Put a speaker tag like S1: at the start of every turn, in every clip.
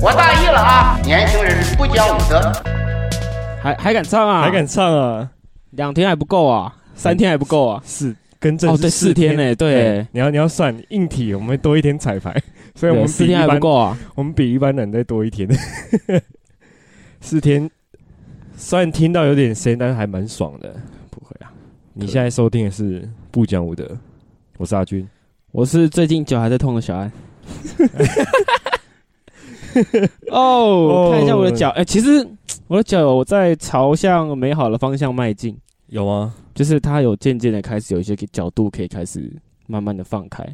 S1: 我大意了啊！年轻人不讲武德。
S2: 还还敢唱啊？
S3: 还敢唱啊？
S2: 两天还不够啊？三天还不够啊？
S3: 是跟正
S2: 哦，
S3: 是
S2: 对，四
S3: 天哎
S2: 天呢，对，
S3: 你要你要算硬体，我们多一天彩排，所以我
S2: 对，
S3: 们
S2: 四
S3: 比一
S2: 天还
S3: 般
S2: 不够啊？
S3: 我们比一般人再多一天， 四天，虽然听到有点声，但是还蛮爽的。不会啊，你现在收听的是不讲武德，我是阿军。
S2: 我是最近脚还在痛的 小安。哦，看一下我的脚，哎、其实我的脚我在朝向美好的方向迈进，
S3: 有吗？
S2: 就是它有渐渐的开始有一些角度可以开始慢慢的放开，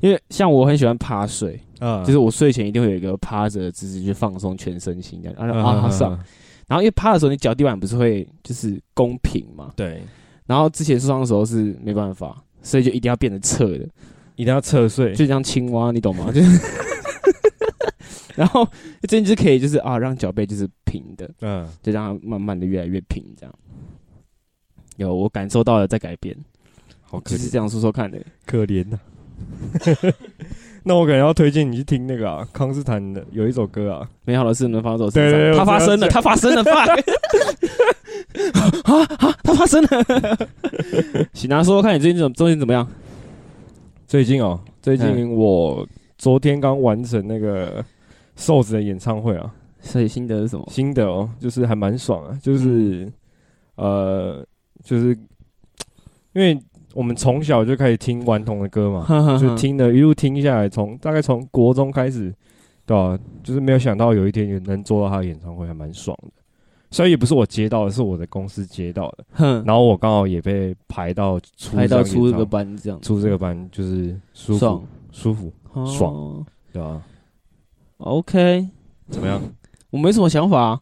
S2: 因为像我很喜欢趴睡，
S3: 啊
S2: 就是我睡前一定会有一个趴着的姿势去放松全身心这样，啊啊啊上，
S3: 嗯
S2: 然后因为趴的时候你脚底板不是会就是公平嘛，
S3: 对，
S2: 然后之前受伤的时候是没办法，所以就一定要变成侧的，
S3: 一定要侧睡。
S2: 就像青蛙，你懂吗？就是 然后这只可以就是啊，让脚背就是平的，
S3: 嗯，
S2: 就让它慢慢的越来越平，这样。有我感受到了在改变，
S3: 好可
S2: 就是
S3: 怜，
S2: 这样说说看的。
S3: 可怜呐、 那我可能要推荐你去听那个啊，康斯坦的有一首歌啊，
S2: 美好的事能发生在我身
S3: 对
S2: 上，
S3: 对对
S2: 它发生了，
S3: 我知
S2: 它发生了，发啊 啊，它发生了。 行啊，说说看你最近怎么最近怎么样？
S3: 最近哦，最近
S2: 嗯
S3: 我昨天刚完成那个瘦子的演唱会啊，
S2: 所以心得是什么？
S3: 新的哦，就是还蛮爽啊，就是、呃，就是因为我们从小就开始听顽童的
S2: 啊
S3: 歌 嘛，就听了一路听下来，从大概从国中开始，对吧、就是没有想到有一天也能做到他的演唱会，还蛮爽的。虽然也不是我接到的，是我的公司接到的，
S2: 哼，
S3: 然后我刚好也被嗯排到出
S2: 拍到出
S3: 这
S2: 这
S3: 个
S2: 个
S3: 班，
S2: 班这样，
S3: 出这个班就是舒
S2: 爽
S3: 服舒服，爽
S2: 爽。
S3: 对啊吧、
S2: 哦 OK，
S3: 怎么样？
S2: 我没什么想法、 啊，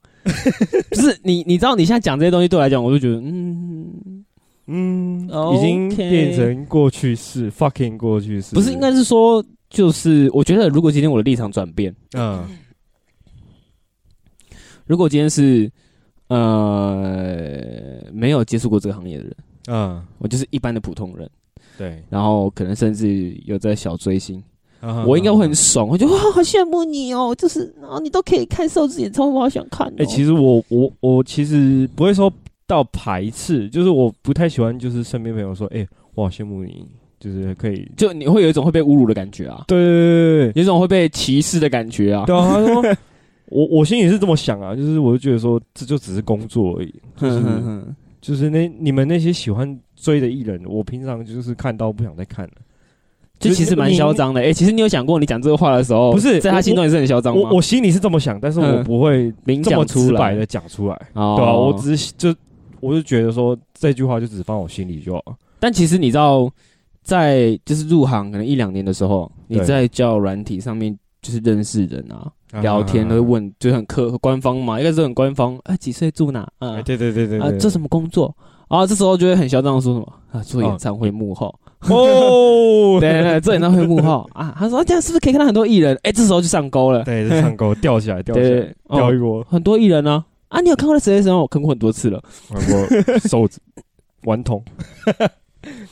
S2: 不是你，你知道你现在讲这些东西对我来讲，我就觉得嗯，
S3: 嗯，已经
S2: OK
S3: 变成过去式，fucking 过去式，
S2: 不是，应该是说，就是我觉得如果今天我的立场转变，
S3: 嗯。
S2: 如果今天是呃没有接触过这个行业的人，
S3: 嗯，
S2: 我就是一般的普通人，
S3: 对，
S2: 然后可能甚至有在小追星，我
S3: 我
S2: 应该会很爽，我就 哇，好羡慕你哦，就是然后你都可以看瘦子演唱会，我好想看、哦。
S3: 哎、其实我我我其实不会说到排斥，就是我不太喜欢，就是身边朋友说，哎、我好羡慕你，就是可以，
S2: 就你会有一种会被侮辱的感觉啊，
S3: 对对对 对对，
S2: 有一种会被歧视的感觉啊，
S3: 对啊，他说我我心里是这么想啊，就是我就觉得说这就只是工作而已，就是
S2: 哼哼哼
S3: 就是那你们那些喜欢追的艺人，我平常就是看到不想再看了。
S2: 就其实蛮嚣张的。哎、其实你有想过，你讲这个话的时候，
S3: 不是
S2: 在他心中也是很嚣张吗？
S3: 我我心里是这么想，但是我
S2: 嗯
S3: 不会
S2: 明
S3: 这么
S2: 讲
S3: 直
S2: 出
S3: 白
S2: 来
S3: 的，讲出来，
S2: 哦
S3: 对吧、啊？我只是就我就觉得说这句话就只放我心里就好了。
S2: 但其实你知道，在就是入行可能一两年的时候，你
S3: 对
S2: 在交友软体上面就是认识人啊，聊天都会问，就是很客官方嘛，应该是很官方。啊，几岁住哪？啊
S3: 哎，对对对对
S2: 啊
S3: 对，，
S2: 做什么工作？啊，这时候就会很嚣张的说什么啊，做演唱会幕后，
S3: 哦，
S2: 对对对，做演唱会幕后啊。他说、啊这样是不是可以看到很多艺人？哎、这时候就上钩了，
S3: 对，这上钩掉起来，掉起来，
S2: 对，
S3: 掉
S2: 哦
S3: 一锅，
S2: 很多艺人呢、啊，你有看过谁谁谁吗？我看过很多次了。
S3: 我手指 顽童，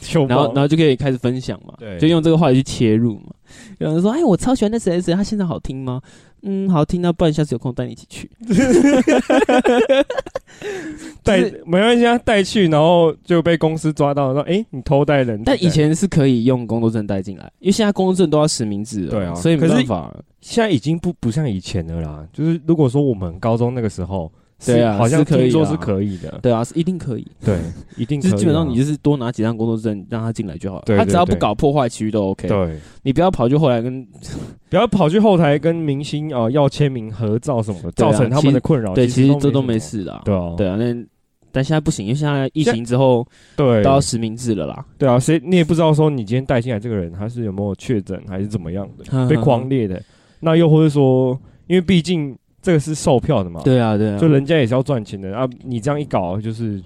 S3: 秋
S2: 然后
S3: 包
S2: 然后就可以开始分享嘛，
S3: 对
S2: 就用这个话题去切入嘛。有人说：“哎，我超喜欢那谁谁谁，他现场好听吗？”嗯，好听，那不然下次有空带你一起去。
S3: 带
S2: 就是
S3: 没关系啊，带去，然后就被公司抓到，说哎，你偷带人，
S2: 但以前是可以用工作证带进来，因为现在工作证都要实名制了，
S3: 对啊
S2: 所以没
S3: 可是
S2: 办法了。
S3: 现在已经不不像以前了啦，就是如果说我们高中那个时候。是
S2: 对啊
S3: 好像
S2: 是可以啊
S3: 听说是可以的，
S2: 对啊，是一定可以，
S3: 对，一定可
S2: 就
S3: 以啊。
S2: 是基本上你就是多拿几张工作证让他进来就好了。
S3: 对
S2: 他
S3: 对
S2: 只要不
S3: 对
S2: 搞破坏区域都 OK。
S3: 对，
S2: 你不要跑去后来跟
S3: 不要跑去后台跟明星啊要签名、合照什么的，
S2: 对啊
S3: 造成他们的困扰。
S2: 对，其实这都
S3: 没
S2: 没
S3: 什么，
S2: 事的。
S3: 对啊，
S2: 对啊，那但现在不行，因为现在疫情之后
S3: 对
S2: 都要实名制了啦。
S3: 对啊，谁你也不知道说你今天带进来这个人他是有没有确诊还是怎么样的，
S2: 嗯
S3: 被
S2: 嗯
S3: 框
S2: 嗯
S3: 列的。那又或者说，因为毕竟这个是售票的嘛，，
S2: 对啊，对啊，
S3: 就人家也是要赚钱的啊。你这样一搞就是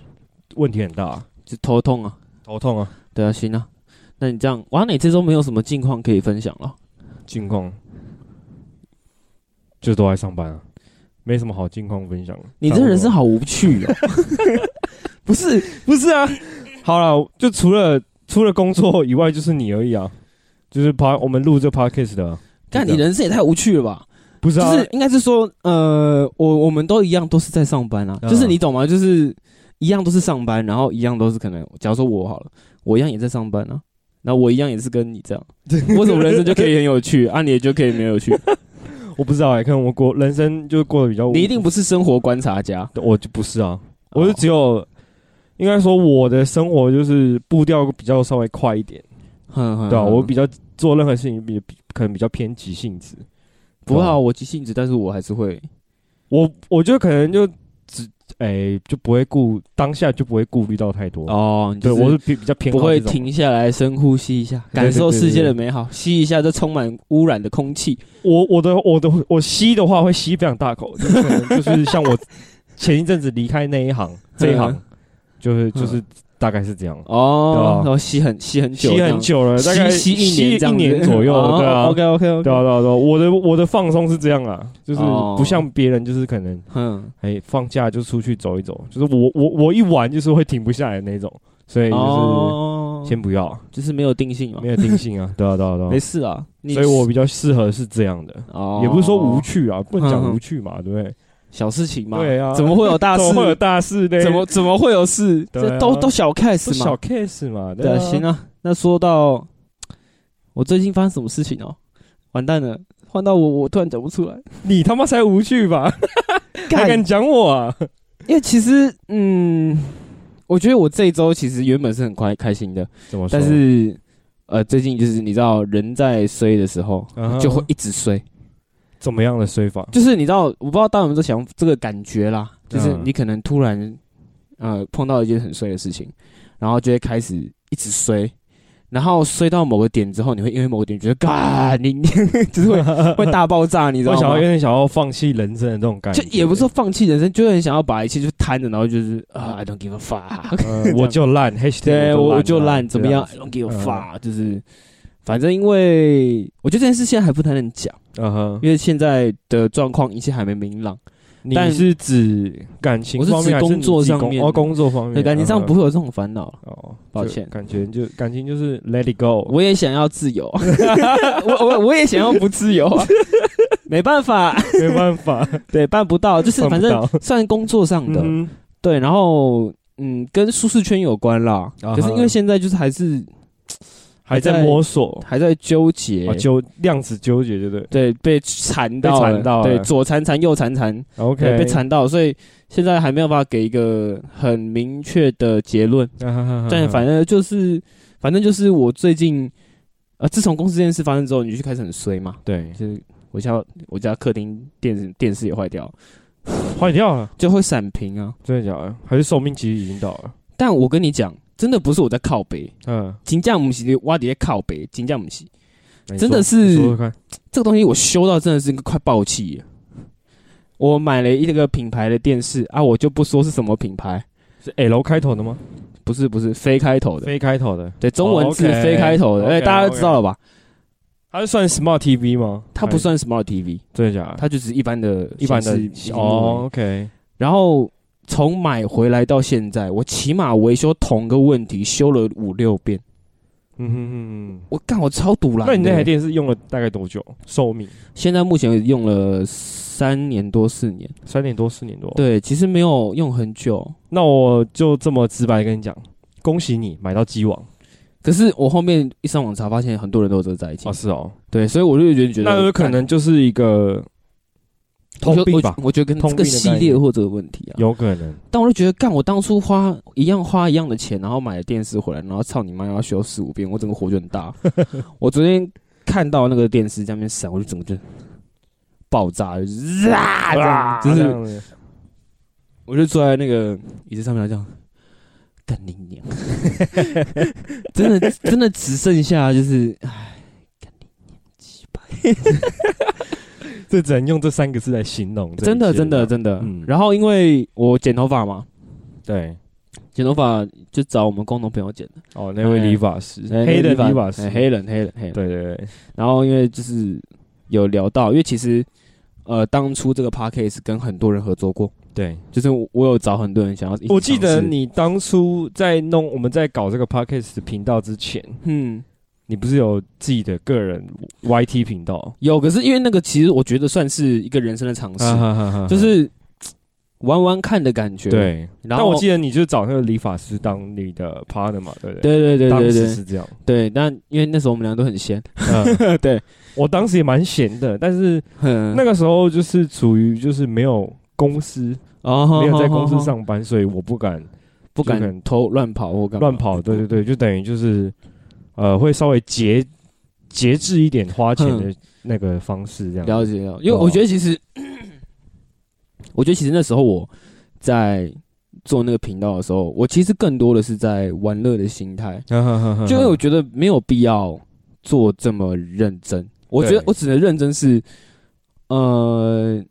S3: 问题很大，
S2: 就头痛啊。
S3: 头痛啊，
S2: 对啊，行啊，那你这样，哇，你这周没有什么近况可以分享了？
S3: 近况就都在上班啊，没什么好近况分享。
S2: 你这人是好无趣 哦。不是，
S3: 不是啊，好了，就除了除了工作以外，就是你而已啊，就是 p 我们录这 podcast 的啊，
S2: 看
S3: 就
S2: 你
S3: 这样
S2: 人生也太无趣了吧？
S3: 不是、啊，
S2: 就是应该是说，呃，我我们都一样，都是在上班啊。
S3: 嗯
S2: 就是你懂吗？就是一样都是上班，然后一样都是可能，假如说我好了，我一样也在上班啊，那我一样也是跟你这 样，为什么人生就可以很有趣，啊，你也就可以没有趣？
S3: 我不知道哎、可能我过人生就过得比较无，
S2: 你一定不哦是生活观察家，
S3: 我就不是啊，我就只有应该说我的生活就是步调比较稍微快一点，
S2: 嗯，
S3: 对吧、
S2: 嗯
S3: 我比较做任何事情比比可能比较偏急性子，
S2: 不
S3: 对吧
S2: 好，我急性子，但是我还是会，
S3: 我我觉得可能就只哎、就不会顾当下就不会顾虑到太多。
S2: 哦，你
S3: 对，
S2: 就是
S3: 我是比比较偏好
S2: 不会
S3: 这种
S2: 停下来深呼吸一下，
S3: 对对
S2: 感受
S3: 对对
S2: 世界的
S3: 对
S2: 美好，吸一下这充满污染的空气。
S3: 我我的我的我吸的话会吸非常大口，就是可能就是 像我前一阵子离开那一行这一行
S2: 嗯，
S3: 就是
S2: 嗯
S3: 就是大概是这样，
S2: 哦
S3: 对，啊
S2: 然后吸很吸很久，
S3: 吸很，久了，大概
S2: 吸吸一
S3: 吸
S2: 年这
S3: 一
S2: 样子
S3: 年左右，
S2: 哦
S3: 对啊，对啊
S2: OK OK OK，
S3: 对啊对啊，我的我的放松是这样啊，就是
S2: 哦
S3: 不像别人就是可能
S2: 嗯，
S3: 哎放假就出去走一走，就是我我我一玩就是会停不下来的那种，所以就是
S2: 哦，
S3: 先不要，
S2: 就是没有定性嘛
S3: 没，有定性啊，对啊对啊对
S2: 没
S3: 啊，
S2: 事啊，你
S3: 所以我比较适合是这样的。
S2: 哦
S3: 也不是说无趣啊，不
S2: 嗯
S3: 能讲
S2: 嗯
S3: 无趣嘛，对不对？
S2: 小事情嘛，
S3: 对啊
S2: 怎么会有大
S3: 怎么
S2: 事？
S3: 会有大事呢？
S2: 怎么怎么会有事？
S3: 对啊
S2: 这都都小
S3: 是
S2: case
S3: 小
S2: 嘛，
S3: case 嘛？
S2: 对
S3: 啊，
S2: 啊，行啊。那说到我最近发生什么事情哦，完蛋了，换到我我突然讲不出来，
S3: 你他妈才无趣 吧？还敢讲我啊？
S2: 因为其实，嗯，我觉得我这一周其实原本是很快开心的，
S3: 怎么
S2: 但是，呃，最近就是你知道，人在衰的时候、
S3: 嗯哼
S2: 就会一直衰，
S3: 怎么样的衰法？
S2: 就是你知道，我不知道大家有没有这想这个感觉啦，就是
S3: 嗯
S2: 你可能突然，呃，碰到一件很衰的事情，然后就会开始一直衰。然后衰到某个点之后，你会因为某个点觉得，干你， 你就是会 会大爆炸，你知道
S3: 我
S2: 吗？
S3: 想要有点想要放弃人生的这种感
S2: 就
S3: 觉，
S2: 也不 是说放弃人生，就很想要把一切就摊着，然后就是啊、i don't give a fuck，
S3: 嗯，我就烂，
S2: 对
S3: hashtag
S2: 我
S3: 嗯我
S2: 我就烂，怎么样
S3: 啊
S2: ？I don't give a fuck，就是反正因为我觉得这件事现在还不太能讲，
S3: 嗯哼，
S2: 因为现在的状况一切还没明朗，
S3: 你
S2: 但
S3: 是指感情
S2: 我是
S3: 方面
S2: 指
S3: 还是
S2: 工
S3: 你
S2: 作
S3: 自己
S2: 上
S3: 工
S2: 面
S3: 哦，工作方面
S2: 对，感情上不
S3: 嗯
S2: 会有这种烦恼。
S3: 哼哦，
S2: 抱
S3: 就
S2: 歉
S3: 感情就感情就是 let it go，
S2: 我也想要自由，我我我也想要不自由啊， 没办法，
S3: 没 办法，
S2: 对，办不到，就是
S3: 办不
S2: 反正
S3: 到
S2: 算工作上的，
S3: 嗯
S2: 对，然后嗯，跟舒适圈有关啦，
S3: 啊哈
S2: 可是因为现在就是还是
S3: 还在
S2: 在
S3: 摸索，
S2: 还在纠结
S3: 啊，哦纠量子纠结，对不对
S2: 对，被缠到
S3: 被
S2: 了，
S3: 缠到了
S2: 对，左缠缠右缠缠，
S3: ？OK，
S2: 对，被缠到，所以现在还没有办法给一个很明确的结论。
S3: 啊哈哈哈，
S2: 但反正就是，反正就是我最近，呃，自从公司这件事发生之后，你就开始很衰嘛，
S3: 对
S2: 就是我家我家客厅电视电视也坏掉，
S3: 坏掉了。
S2: 就会闪屏啊。
S3: 真的假的？还是寿命其实已经到了？
S2: 但我跟你讲，真的不是我在靠北，
S3: 嗯，
S2: 金匠母是挖底在靠北，金匠母是
S3: 那你
S2: 真
S3: 说
S2: 的是
S3: 你说说看，
S2: 这个东西我修到真的是快爆气了。我买了一个品牌的电视啊，我就不说是什么品牌，
S3: 是 L 开头的吗？
S2: 不是不是非开头的，
S3: 非开头的，
S2: 对，中文字
S3: 哦，OK，
S2: 非开头的，哎，
S3: OK，
S2: 大家都知道了吧？
S3: 它是算 Smart TV 吗？
S2: 它不算 Smart TV，
S3: 还，真的假的？
S2: 它就只是一般的
S3: 一般
S2: 显示
S3: 的
S2: 屏幕
S3: 哦
S2: 而已。
S3: ，OK，
S2: 然后从买回来到现在，我起码维修同个问题修了五六遍，
S3: 嗯哼哼哼。
S2: 我干，我超堵了。
S3: 那你那台电视用了大概多久？寿命
S2: 现在目前用了三年多四年，
S3: 三年多，四年多。，
S2: 对，其实没有用很久，
S3: 那我就这么直白地跟你讲，恭喜你买到机网
S2: 可是我后面一上网查，发现很多人都有这个在一起
S3: 啊！，是哦，
S2: 对，所以我就觉得觉得
S3: 那有可能就是一个
S2: 干
S3: 通病
S2: 我觉得
S3: 吧
S2: 我，我觉得跟
S3: 通
S2: 这
S3: 病
S2: 个
S3: 的
S2: 系
S3: 概
S2: 列
S3: 念
S2: 或者问题啊，
S3: 有可能
S2: 但我就觉得干，我当初花一样花一样的钱，然后买了电视回来，然后操你妈要修四五遍，我整个火就很大。 我昨天看到那个电视在那边闪，我就整个就爆炸，就是啊，这样就
S3: 这
S2: 是
S3: 样子
S2: 我就坐在那个椅子上面然后这样。干你娘！ 真的真的只剩下就是，唉，干你娘鸡巴！
S3: 这只能用这三个字来形容这一切。
S2: 真的真的真的。
S3: 嗯
S2: 然后因为我剪头发嘛，
S3: 对
S2: 剪头发就找我们共同朋友剪的，
S3: 哦，那位
S2: 哎
S3: 理发师，
S2: 哎
S3: 黑的
S2: 那个
S3: 理发师
S2: 哎，黑人黑人黑人。
S3: 对对对，
S2: 然后因为就是有聊到，因为其实呃当初这个 p a c k a g e 跟很多人合作过，
S3: 对，
S2: 就是我我有找很多人想要一起尝试。
S3: 我记得你当初在弄我们在搞这个 podcast 频道之前，
S2: 嗯
S3: 你不是有自己的个人 YT 频道？
S2: 有，可是因为那个其实我觉得算是一个人生的
S3: 啊
S2: 尝试，
S3: 是
S2: 就是玩玩看的感觉。，
S3: 对。
S2: 然
S3: 但
S2: 后
S3: 我记得你就是找那个理发师当你的 partner 嘛，对不对？
S2: 对对对
S3: 当
S2: 对
S3: 时
S2: 对
S3: 是这样。
S2: 对，但因为那时候我们俩都很闲，
S3: 嗯，
S2: 对，
S3: 我当时也蛮闲的，但是
S2: 那
S3: 那个时候就是处于就是没有公司，
S2: 哦
S3: 没有在
S2: 好好
S3: 公司
S2: 好
S3: 上班，所以我嗯不敢
S2: 不
S3: 就可能
S2: 敢偷乱跑或干嘛
S3: 乱跑。对对对，就等于就是呃，会稍微节节制一点花钱的那个方式，这样。
S2: 了解了解，因为
S3: 对啊
S2: 我觉得其实， 我觉得其实那时候我在做那个频道的时候，我其实更多的是在玩乐的心
S3: 嗯
S2: 态，
S3: 就
S2: 就因为我觉得没有必要做这么认真。我觉
S3: 对
S2: 得我只能认真是，呃，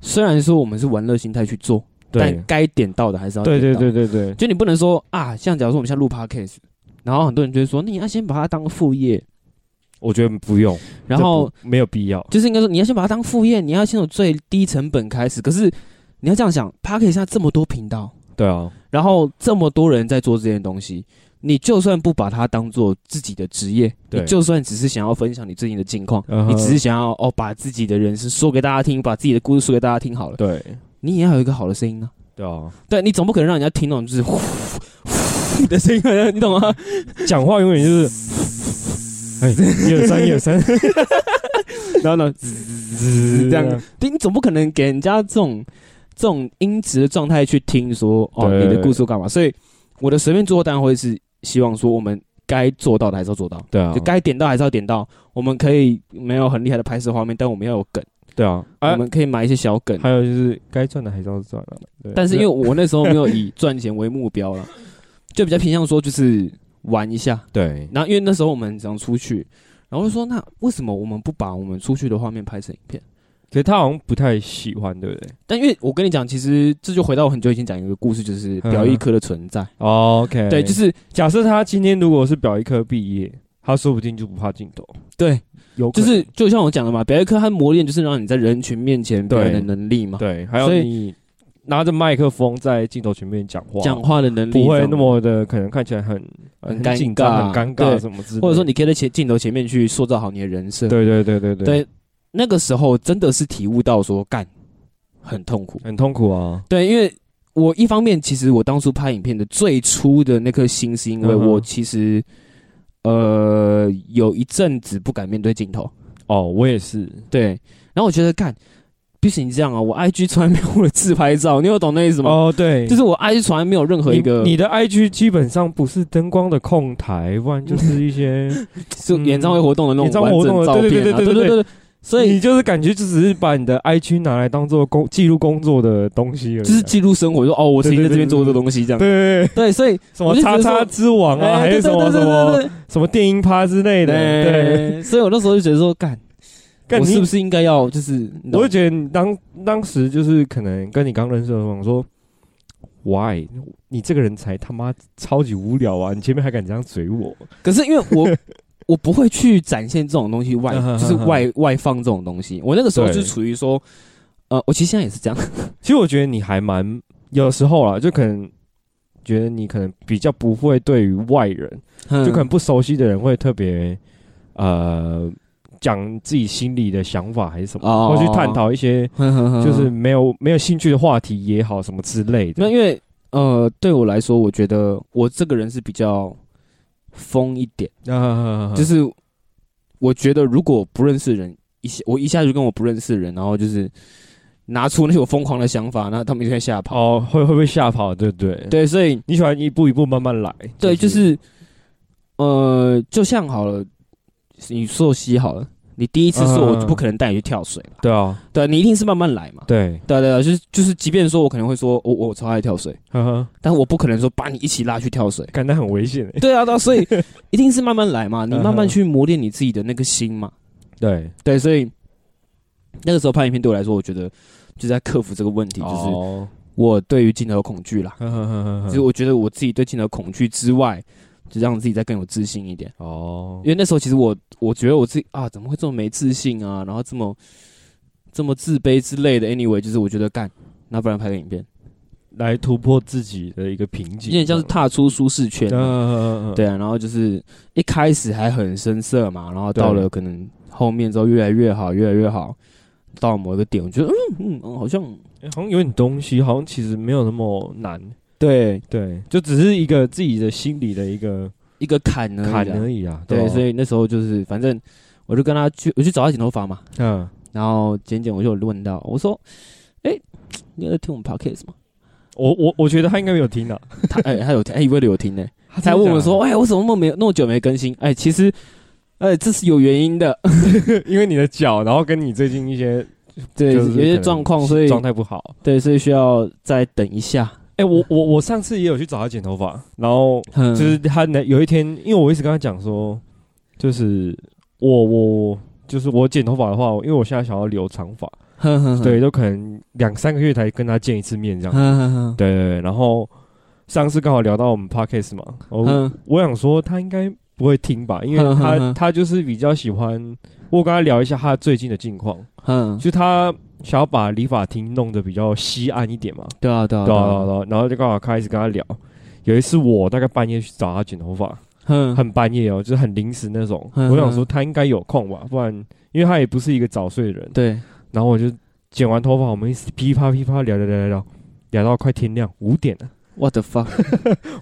S2: 虽然说我们是玩乐心态去做，但
S3: 对
S2: 该点到的还是要
S3: 对
S2: 点
S3: 对
S2: 到
S3: 对对对，
S2: 就你不能说啊，像假如说我们现在录 podcast，然后很多人就会说，那你要先把它当副业，
S3: 我觉得不用，
S2: 然后
S3: 这不没有必要。
S2: 就是应该说，你要先把它当副业，你要先从最低成本开始。可是你要这样想 p a r k e t 下这么多频道，
S3: 对啊，
S2: 然后这么多人在做这件东西，你就算不把它当做自己的职业，
S3: 对
S2: 你就算只是想要分享你最近的近况
S3: 嗯哼
S2: 你只是想要哦把自己的人生说给大家听，把自己的故事说给大家听好了，
S3: 对
S2: 你也要有一个好的声音啊。
S3: 对啊，
S2: 对你总不可能让人家听那种就是的声音，你懂吗？
S3: 讲话永远就是，哎，一二三，一二三，
S2: 然后呢，
S3: 这
S2: 这样，对你总不可能给人家这种这种音质的状态去听说哦
S3: 对
S2: 你的故事干嘛？所以我的随便做当然会是希望说我们该做到的还是要做到，
S3: 对啊
S2: 就，该点到还是要点到。我们可以没有很厉害的拍摄画面，但我们要有梗，
S3: 对啊，
S2: 我
S3: 哎，
S2: 们可以买一些小梗。
S3: 还有就是该赚的还是要赚啊。对
S2: 但是因为我那时候没有以赚钱为目标了，就比较偏向说就是玩一下。
S3: 对
S2: 然后因为那时候我们很常出去，然后就说那为什么我们不把我们出去的画面拍成影片？
S3: 可是他好像不太喜欢，对不对
S2: 但因为我跟你讲，其实这就回到我很久以前讲一个故事，就是
S3: 嗯
S2: 表意科的存在。
S3: ？OK，
S2: 对，就是
S3: 假设他今天如果是表一科毕业，他说不定就不怕镜头，
S2: 对，
S3: 有可
S2: 就
S3: 能
S2: 是就像我讲的嘛，表意科它磨练就是让你在人群面前表演的
S3: 对
S2: 能力嘛，
S3: 对，还有
S2: 所以
S3: 你拿着麦克风在镜头前面讲话，
S2: 讲话的能力
S3: 不会
S2: 上
S3: 那么的可能看起来很
S2: 很
S3: 很
S2: 尴
S3: 紧
S2: 尬
S3: 张、很尴尬
S2: 对
S3: 什么之类的，
S2: 或者说你可以在前镜头前面去塑造好你的人设。
S3: 对对对对对，
S2: 对那个时候真的是体悟到说干很痛苦。
S3: 很痛苦啊，
S2: 对，因为我一方面其实我当初拍影片的最初的那颗心，是因为
S3: 嗯哼
S2: 我其实、呃有一阵子不敢面对镜头。
S3: 哦，我也是，
S2: 对，然后我觉得干不行这样啊，我 IG 从来没有我 的自拍照，你有懂那意思吗？
S3: 哦对，
S2: 就是我 IG 从来没有任何一个
S3: 你你的 IG 基本上不是灯光的控台，不然就是一些，
S2: 是演唱会活动的那
S3: 嗯演
S2: 种
S3: 唱会
S2: 完
S3: 活动
S2: 整
S3: 的
S2: 照
S3: 对对
S2: 片啊，
S3: 对对
S2: 对
S3: 对
S2: 对， 所以
S3: 你就是感觉就只是把你的 IG 拿来当做工记录工作的东西而已啊，
S2: 就是记录生活，说哦，我曾经在这边做过这东西这样
S3: 对。对对，
S2: 对，所以
S3: 什么
S2: 我就觉
S3: 叉
S2: 得说
S3: 叉之王啊，
S2: 哎
S3: 还
S2: 对
S3: 是什么
S2: 对
S3: 什
S2: 对
S3: 么
S2: 对对
S3: 什么电音趴之类的，
S2: 对
S3: 对。
S2: 对，所以我那时候就觉得说，干，
S3: 干
S2: 我
S3: 你
S2: 是不是应该要就是，
S3: 我就觉得你当当时就是可能跟你刚认识的时候，我说，why 你这个人才他妈超级无聊啊！你前面还敢这样嘴我？
S2: 可是因为我我不会去展现这种东西外
S3: 嗯哼，
S2: 就是
S3: 哼哼
S2: 外外放这种东西，我那个时候
S3: 对
S2: 就处于说，呃，我其实现在也是这样，
S3: 其实我觉得你还蛮有时候啦，就可能觉得你可能比较不会对于外人，
S2: 就
S3: 就可能不熟悉的人会特别呃讲自己心里的想法还是什么，
S2: 哦
S3: 或去探讨一些就
S2: 就是
S3: 没有没有兴趣的话题也好，什么之类 的
S2: 那。因为呃，对我来说，我觉得我这个人是比较疯一点，
S3: 啊
S2: 就是我觉得如果不认识人，一下我一下就跟我不认识的人，然后就是拿出那种疯狂的想法，那他们就会吓跑。
S3: 哦，会会被吓跑，对不对？
S2: 对，所以
S3: 你喜欢一步一步慢慢来。
S2: 对，就是呃，就像好了，你溯溪好了。你第一次
S3: 嗯
S2: 说，
S3: 嗯嗯
S2: 我就不可能带你去跳水嘛。
S3: 对啊，
S2: 对，你一定是慢慢来嘛。
S3: 对，
S2: 对对对，就是就是，即便说我可能会说，我我超爱跳水，
S3: 呵呵，
S2: 但我不可能说把你一起拉去跳水。
S3: 感觉很危险 欸。
S2: 对啊，对啊，所以一定是慢慢来嘛，你慢
S3: 嗯哼
S2: 慢去磨练你自己的那个心嘛。
S3: 对，
S2: 对，所以那个时候拍影片对我来说，我觉得就在克服这个问题，就是
S3: 哦，嗯
S2: 我对于镜头的恐惧啦。
S3: 呵呵呵呵
S2: 就
S3: 呵
S2: 是我觉得我自己对镜头的恐惧之外，就让自己再更有自信一点。
S3: 哦
S2: 因，为那时候其实我我觉得我自己啊，怎么会这么没自信啊，然后这么这么自卑之类的。Anyway，就是我觉得干，那不然拍个影片，
S3: 来突破自己的一个瓶颈，
S2: 有点像是踏出舒适圈
S3: 嗯。嗯嗯嗯，
S2: 对啊，然后就是一开始还很生涩嘛，然后到
S3: 对
S2: 了可能后面之后越来越好，越来越好，到某一个点，我觉得嗯嗯嗯，好像
S3: 诶好像有点东西，好像其实没有那么难，
S2: 对
S3: 对，就只是一个自己的心理的一个
S2: 一个坎而已啊
S3: 坎而已啊，
S2: 对，所
S3: 以
S2: 以那时候就是反正我就跟他去，我去找他剪头发嘛，
S3: 嗯，
S2: 然后剪剪我就有问到，我说，哎、你有在听我们 podcast 吗？
S3: 我我我觉得他应该没有听啊，
S2: 他哎、他有听，哎、为了有 听呢、
S3: 他
S2: 才问我说，，哎、我怎么那么没有那么久没更新？哎、其实，哎、这是有原因的，
S3: 因为你的脚，然后跟你最近一些
S2: 对，
S3: 就是
S2: 有一
S3: 可
S2: 些
S3: 能
S2: 状况，所以
S3: 状态不好。
S2: 对，所以需要再等一下，
S3: 哎、我我我上次也有去找他剪头发，然后
S2: 嗯，
S3: 就是他呢有一天，因为我一直跟他讲说，就是我我就是我剪头发的话，因为我现在想要留长发，
S2: 哼哼哼
S3: 对，，都可能两三个月才跟他见一次面这样。
S2: 哼哼哼，
S3: 对对对，然后上次刚好聊到我们 podcast 嘛，我、
S2: 嗯
S3: 我想说他应该不会听吧，
S2: 嗯
S3: 因为
S2: 嗯
S3: 他
S2: 嗯
S3: 他就是比较喜欢，我跟他聊一下他最近的近况，
S2: 哼，
S3: 就他想要把理发厅弄得比较西岸一点嘛，
S2: 对啊，对啊，
S3: 对啊对啊，对啊然后就刚好开始跟他聊。有一次我大概半夜去找他剪头发，
S2: 哼，
S3: 很半夜哦，就是很临时那种。
S2: 嗯
S3: 我想说他应该有空吧，不然因为他也不是一个早睡的人。
S2: 对，
S3: 然后我就剪完头发，我们一直噼啪噼啪聊聊聊聊聊，聊到快天亮五点了，
S2: 我的 fuck，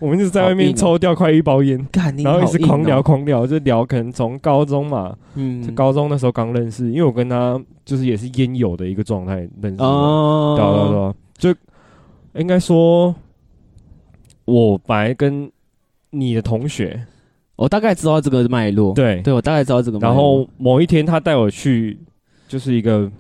S3: 我们就在外
S2: 好
S3: 面
S2: 硬哦
S3: 抽掉快一包烟。
S2: 干你
S3: 然后一直
S2: 好硬
S3: 狂聊
S2: 哦，
S3: 狂聊，就聊可能从高中嘛，就
S2: 嗯，
S3: 高中那时候刚认识，因为我跟他就是也是烟友的一个状态认识的，
S2: 哦，
S3: 对啊对啊对啊，就应该说，我本来跟你的同学
S2: 我大概知道这个脉络，
S3: 对，
S2: 对，我大概知道这个脉络。
S3: 然后某一天他带我去就是一个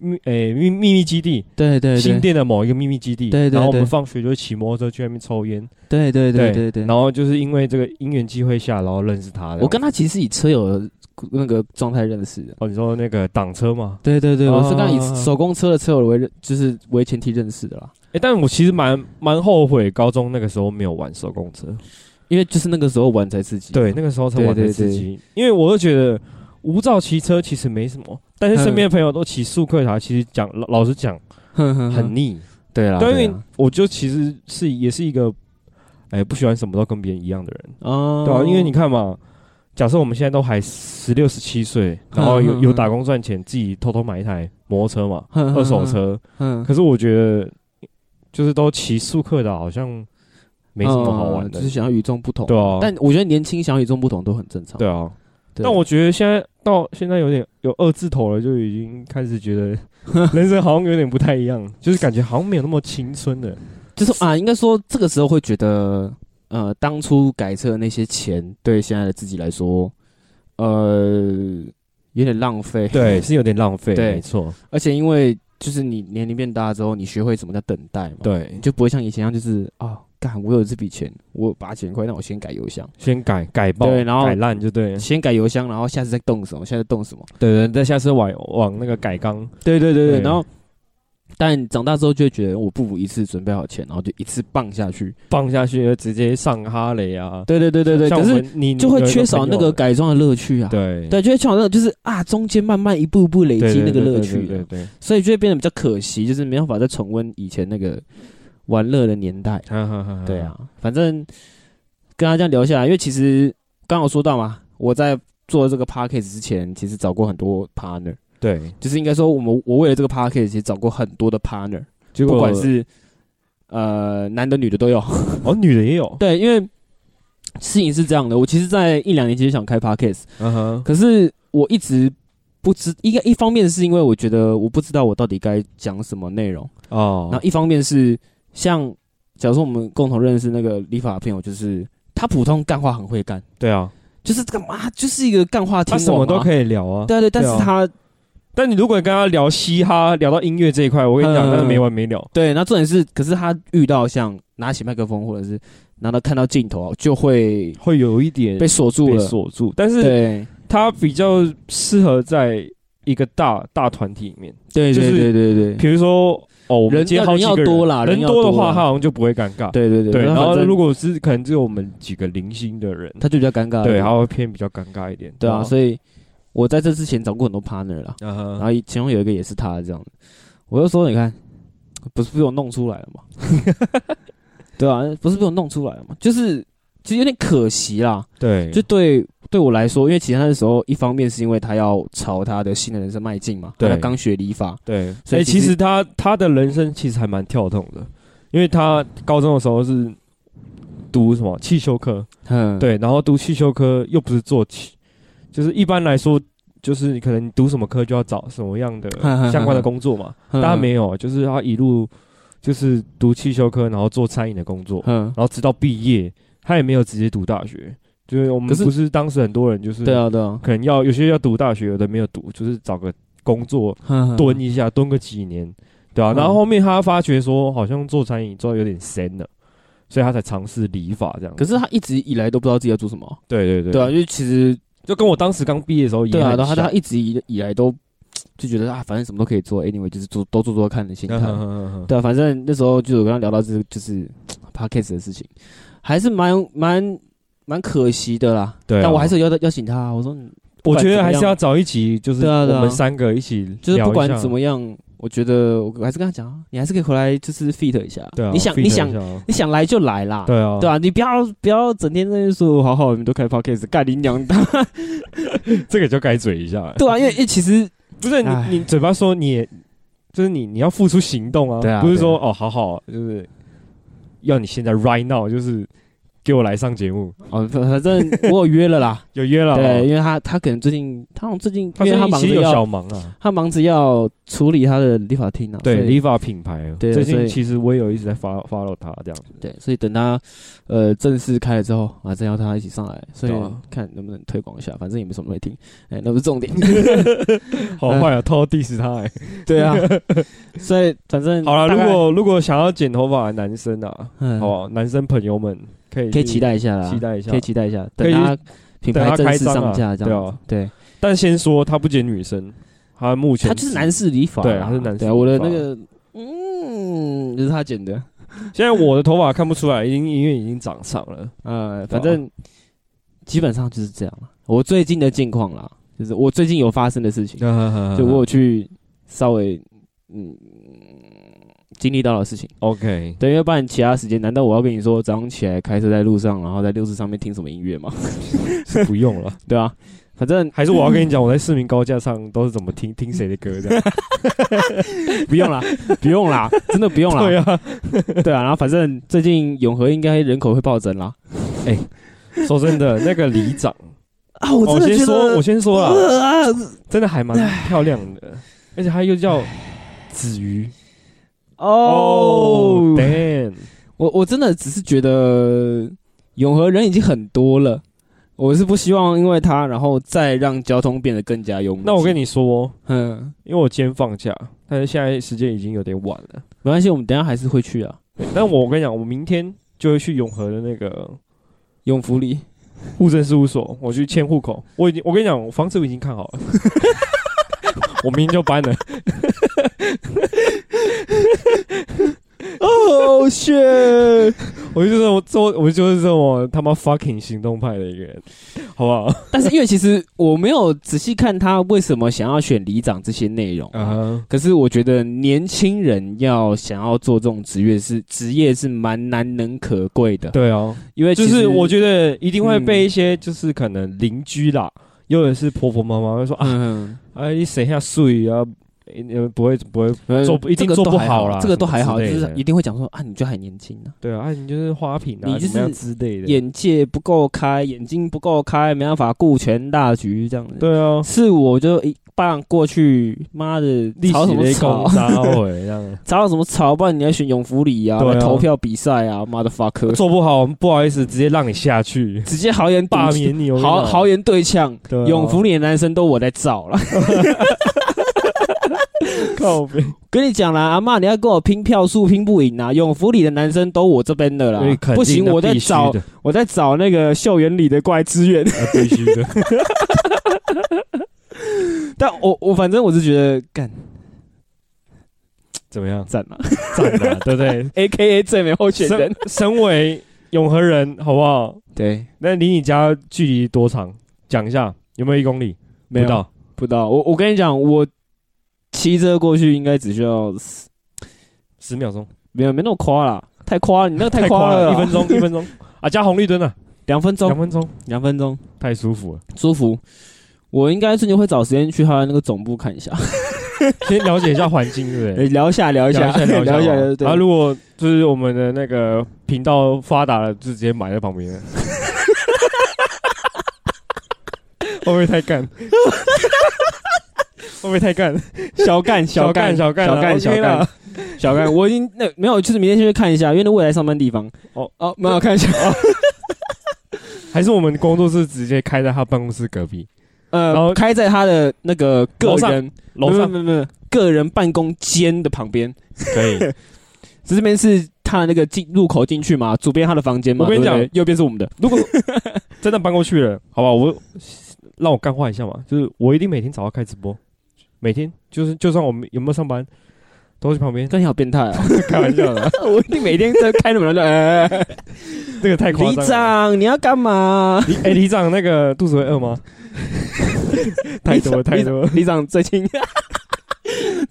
S3: 秘诶秘秘密基地，
S2: 对对对，
S3: 新店的某一个秘密基地，
S2: 对对
S3: 然后我们
S2: 对
S3: 放学就骑摩托车去那边抽烟，
S2: 对对对对对。
S3: 然后就是因为这个因缘机会下，然后认识他的，
S2: 我跟他其实以车友的那个状态认识的。
S3: 哦你说那个挡车嘛，
S2: 对对对，我
S3: 哦
S2: 是跟他以手工车的车友为认就是为前提认识的啦，
S3: 哎、但我其实蛮蛮后悔高中那个时候没有玩手工车，
S2: 因为就是那个时候玩才刺激。
S3: 对，那个时候才玩
S2: 对对
S3: 的自己，因为我就觉得无照骑车其实没什么，但
S2: 嗯
S3: 是身边的朋友都骑速克达，其实讲老老实讲
S2: 哼，嗯哼
S3: 很
S2: 很
S3: 腻，
S2: 对啦，
S3: 对，因
S2: 对
S3: 为
S2: 啊
S3: 我就其实是也是一个，哎、不喜欢什么都跟别人一样的人，
S2: 哦，
S3: 对啊，因为你看嘛。假设我们现在都还十六十七岁，然后
S2: 嗯嗯
S3: 有
S2: 嗯
S3: 有打工赚钱，自己偷偷买一台摩托车嘛，
S2: 嗯嗯
S3: 二手车。
S2: 嗯，
S3: 可是我觉得，就是都骑速克达，好像没什么好玩的
S2: 嗯就。是想要与众不同。
S3: 对啊，
S2: 但我觉得年轻想要与众不同都很正常。
S3: 对啊，
S2: 哦对，
S3: 但我觉得现在到现在有点有二字头了，就已经开始觉得人生好像有点不太一样，就是感觉好像没有那么青春的。
S2: 就是啊，应该说这个时候会觉得，呃，当初改车的那些钱对现在的自己来说，呃，有点浪费。
S3: 对，是有点浪费，
S2: 对
S3: 没错，
S2: 而且因为就是你年龄变大之后，你学会什么叫等待嘛，，
S3: 对
S2: 你，就不会像以前一样就是啊，干我有这笔钱，我有八千块，那我先改邮箱，
S3: 先改改爆，
S2: 对然后
S3: 改烂就对了，
S2: 先改邮箱，然后下次再动什么，下次动什么，
S3: 对对，再下次往往那个改缸，
S2: 对对对
S3: 对
S2: 然后。但长大之后就会觉得，我不如一次准备好钱，然后就一次棒下去。
S3: 放下去直接上哈雷啊，
S2: 对对对对对，
S3: 像
S2: 可
S3: 我
S2: 是
S3: 们你
S2: 就会缺少那个，
S3: 你
S2: 改装的乐趣啊。
S3: 有一朋友对
S2: 对，就会缺少那种就是啊，中间慢慢一步一步累
S3: 对
S2: 积
S3: 对
S2: 那个
S3: 对
S2: 乐
S3: 对
S2: 趣
S3: 对
S2: 啊，
S3: 对，对
S2: 所以就会变得比较可惜，就是没办法再重温以前那个玩乐的年代。
S3: 哈哈哈哈
S2: 对，啊，反正跟他这样聊下来，因为其实刚好说到嘛，我在做这个 p a c k a g e 之前，其实找过很多 partner，
S3: 对，
S2: 就是应该说我们我为了这个 p a c k a g e 其实找过很多的 partner，
S3: 结果
S2: 不管是呃男的女的都有。
S3: 哦，女的也有，
S2: 对，因为事情是这样的，我其实，在一两年前就想开 p a c k a g e
S3: 嗯哼，
S2: 可是我一直不知，应该一方面是因为我觉得我不知道我到底该讲什么内容，
S3: 哦，
S2: 然后一方面是像假如说我们共同认识那个理发的朋友，就是他普通干话很会干，
S3: 对啊，
S2: 就是干嘛就是一个干话听
S3: 他什么都
S2: 以。
S3: 可以聊啊，
S2: 对对，但是
S3: 对啊
S2: 他
S3: 但你如果跟他聊嘻哈，聊到音乐这一块，我跟你
S2: 嗯
S3: 讲，那是没完没了。
S2: 对，那重点是，可是他遇到像拿起麦克风或者是拿到看到镜头，啊就会
S3: 会有一点
S2: 被锁住
S3: 被
S2: 了。
S3: 锁住，但是
S2: 对
S3: 他比较适合在一个大大团体里面，
S2: 对
S3: 就
S2: 对
S3: 是
S2: 对对对
S3: 比如说哦，我们
S2: 嗯人
S3: 今天好几个
S2: 人要多啦
S3: 人
S2: 人要
S3: 多的
S2: 多
S3: 话，
S2: 啦
S3: 他好像就不会尴尬。
S2: 对对对
S3: 然后如
S2: 果
S3: 果是可能只有我们几个零星的人，
S2: 他就比较尴尬了。
S3: 对，他会偏比较尴尬一点。
S2: 对啊，
S3: 以
S2: 所以我在这之前找过很多 partner 啦，
S3: 哦嗯
S2: 然
S3: 哼
S2: 后其中有一个也是他这样的，我就说你看，不是被我弄出来了吗？ 对啊，不是被我弄出来了吗？就是其实有点可惜啦。
S3: 对，
S2: 就对对我来说，因为其实他的时候，一方面是因为他要朝他的新的人生迈进嘛，
S3: 对
S2: 他刚学理发，
S3: 对，
S2: 所以
S3: 哎
S2: 其
S3: 其
S2: 实
S3: 实他他的人生其实还蛮跳动的，因为他高中的时候是读什么汽修科，
S2: 嗯，，
S3: 对，然后读汽修科又不是做汽，就是一般来说，就是你可能读什么科就要找什 么样的相关的工作嘛，
S2: 嗯
S3: 但他没有，就是他一路就是读汽修科，然后做餐饮的工作，
S2: 嗯，
S3: 然后直到毕业，他也没有直接读大学，就是我们
S2: 可是
S3: 不是当时很多人就是
S2: 对，啊，对啊，
S3: 可能要有些要读大学，有的没有读，就是找个工作
S2: 嗯
S3: 蹲，一下，蹲个几年，对啊，
S2: 嗯
S3: 然后后面他发觉说，好像做餐饮做的有点深了，所以他才尝试理发这样。
S2: 可是他一直以来都不知道自己要做什么，
S3: 对对对，
S2: 对啊，因为其实
S3: 就跟我当时刚毕业的时候一
S2: 对啊，
S3: 样。
S2: 然后他他一直以以来都就觉得啊，反正什么都可以做，anyway 就是做都做做看的心
S3: 嗯
S2: 态，
S3: 他
S2: 对啊，反正那时候就有跟他聊到这个就是 podcast 的事情，还是蛮蛮蛮可惜的啦，
S3: 对啊
S2: 但我还是有邀邀请他啊，我说你
S3: 我觉得还是要找一集，就是
S2: 对啊
S3: 我
S2: 对啊
S3: 们三个一起聊一下，
S2: 就是不管怎么样，我觉得我还是跟他讲啊，你还是可以回来就是 feed 一下，
S3: 对啊，
S2: 你想
S3: feed
S2: 你想
S3: 一下啊
S2: 你想来就来啦，
S3: 对啊，
S2: 对啊，你不要不要整天在那边说哦好好，你们都开 podcast，干你娘 的！
S3: 这个就该嘴一下。
S2: 对啊，因为因为其实
S3: 不是
S2: 唉
S3: 你，你嘴巴说你也，就是你，你要付出行动啊，
S2: 对啊
S3: 不是说哦，好好，就是要你现在 right now，就是给我来上节目，
S2: 哦，反反正我有约了啦，
S3: 有约了、
S2: 对，
S3: 哦，
S2: 因为他他可能最近他好像最近，
S3: 他
S2: 因为他忙
S3: 最近其
S2: 着
S3: 实有小
S2: 要
S3: 忙啊，
S2: 他忙着要处理他的理发厅啊，
S3: 对，
S2: 所以
S3: 理发品牌啊，
S2: 对
S3: 最
S2: 所以
S3: 近其实我也有一直在发 follow 他这样子，
S2: 对，所以等他呃正式开了之后啊，真要他一起上来，所以
S3: 对啊
S2: 看能不能推广一下，反正也没什么人会听，哎， 那不是重 点，
S3: 好坏啊，偷偷 diss 他、欸。
S2: 对嗯啊， 所以反正
S3: 好了，
S2: 大
S3: 如
S2: 概
S3: 果如果想要剪头发的男生啊，
S2: 嗯
S3: 好不好，男生朋友们可以
S2: 可以
S3: 去
S2: 期，待一下啦，
S3: 期待一下
S2: 可以期待一下，
S3: 可
S2: 等
S3: 以
S2: 他品
S3: 等
S2: 牌
S3: 他
S2: 正
S3: 开
S2: 式
S3: 张啊
S2: 上架这
S3: 对
S2: 样
S3: 啊
S2: 子，对。
S3: 但先说他不剪女生，他目前
S2: 他就是男士理发啦，
S3: 对他是男士
S2: 对啊，我的
S3: 理发
S2: 那个，嗯，就是他剪的。
S3: 现在我的头发看不出来，已经因为已经长 长了。
S2: 呃，反正基本上就是这样了。我最近的近况啦，就是我最近有发生的事情，嗯就
S3: 就
S2: 我有去稍微嗯经历到的事情。
S3: OK，
S2: 对，因为不然其他时间，难道我要跟你说早上起来开车在路上，然后在六十上面听什么音乐吗？
S3: 是不用了。
S2: 对啊，反正
S3: 还是我要跟你讲，我在市民高架上都是怎么听听谁的歌的。
S2: 不用啦，不用啦，真 的不用啦。
S3: 对啊，
S2: 对啊，然后反正最近永和应该人口会暴增啦。
S3: 说真的，那个里长， 哦
S2: 啊，我
S3: 我先说，我先说啦，
S2: 啊，
S3: 真的还蛮漂亮的，而且他又叫子瑜。
S2: 哦，
S3: Oh, ，damn，
S2: 我我真的只是觉得永和人已经很多了，我是不希望因为他，然后再让交通变得更加拥挤。
S3: 那我跟
S2: 你，
S3: 你说，
S2: 嗯，
S3: 因为我今天放假，但是现在时间已经有点晚了。
S2: 没关系，我们等一下还是会去啊。
S3: 对但我跟你讲，我明天就会去永和的那个
S2: 永福里，
S3: 户政事务所，我去迁户口。我已经，我跟你讲，我房子我已经看好 了，我明天就搬了。
S2: 哦，shit！
S3: Oh, 我就是我做，我就是这么他妈 fucking 行动派的一个人，好不好？
S2: 但是因为其实我没有仔细看他为什么想要选里长这些内容啊。
S3: 啊，
S2: 可是我觉得年轻人要想要做这种职业是职业是蛮难能可贵的，
S3: 对啊，
S2: 因为
S3: 就
S2: 哎其实嗯
S3: 是我觉得一定会被一些就是可能邻居啦，又或者是婆婆妈妈会说啊，
S2: 嗯，
S3: 哎，你省下税啊，呃，不会不会，
S2: 嗯
S3: 做不一定
S2: 这个
S3: 做
S2: 都
S3: 不
S2: 还
S3: 好
S2: 好
S3: 啦
S2: 这个都
S3: 什么
S2: 还
S3: 之
S2: 好，就
S3: 类
S2: 是
S3: 的
S2: 一定会讲说啊，你就还年轻呢、
S3: 对啊，啊你就是花瓶啊，
S2: 你就是
S3: 怎么样之类的，
S2: 眼界不够开，眼睛不够开，没办法顾全大局这样子。
S3: 对啊，
S2: 是我就一棒过去，妈的，
S3: 历
S2: 吵什
S3: 史
S2: 么啊吵
S3: 雷公？杀回这样，
S2: 吵什么吵？不然你要选永福里啊，
S3: 对啊
S2: 来投票比赛啊，妈的 fuck，
S3: 做不好，不好意思，直接让你下去，
S2: 直接豪言
S3: 罢
S2: 霸
S3: 免你，我跟你
S2: 豪
S3: 讲
S2: 豪言对呛，
S3: 对啊
S2: 永福里的男生都我在造了。
S3: 靠背，
S2: 跟你讲啦，阿妈，你要跟我拼票数，拼不赢啊！永福里的男生都我这边的啦
S3: 所以，啊肯定
S2: 不行，
S3: 那
S2: 我在
S3: 必须
S2: 找
S3: 的
S2: 我在找那个校园里的过来支援。
S3: 啊必须的，
S2: 但我我反正我是觉得干
S3: 怎么样？
S2: 赞了
S3: 赞 啊，对不对？
S2: ，A K A 最美候选人
S3: 身。身为永和人，好不好？
S2: 对，
S3: 那离你家距离多长？讲一下，有没有一公里？
S2: 没有
S3: 不到，
S2: 不到。我我跟你讲，我骑车过去应该只需要四
S3: 十秒钟，
S2: 没有没那么夸啦，太夸了，你那个
S3: 太
S2: 夸
S3: 了，一
S2: 啦
S3: 分钟，一分钟啊，加红绿灯啊，
S2: 两分
S3: 两
S2: 钟，
S3: 分钟，
S2: 两分钟
S3: 太舒服了。
S2: 舒服。我应该最近会找时间去他的那个总部看一下，
S3: 先了解一下环境，对不 对？
S2: 聊一下聊一下
S3: 聊一 下，
S2: 聊一下，
S3: 聊一
S2: 对
S3: 然后啊如果就是我们的那个频道发达了，就直接买在旁边。 会不会太干？会不会太干？
S2: 小干
S3: 小干
S2: 干
S3: 小干
S2: 小
S3: 啊
S2: 干小
S3: OK 啦
S2: 干小干，我已经那没有，就是明天先去看一下，因为那未来上班地方
S3: 哦
S2: 哦，蛮好看一下。
S3: 还是我们工作室直接开在他办公室隔壁然后
S2: 呃，开在他的那个个
S3: 楼上
S2: 人
S3: 楼上？
S2: 没有没有没有个人办公间的旁边，
S3: 可以，
S2: 这边是他的那个进入口进去嘛，左边他的房间嘛，
S3: 我跟你讲
S2: 对不对右边是我们的。
S3: 如果真的搬过去了，好吧，我让我干化一下嘛，就是我一定每天早上开直播，每天就是就算我们有没有上班，都去旁边。
S2: 但你好变态 啊！
S3: 开玩笑的，
S2: 我一定每天在开着 门就哎，哎哎
S3: 这个太夸
S2: 里
S3: 张了。
S2: 长你要干嘛？
S3: 里 哎，里长那个肚子会 饿吗？太多太多，
S2: 里长最 近，等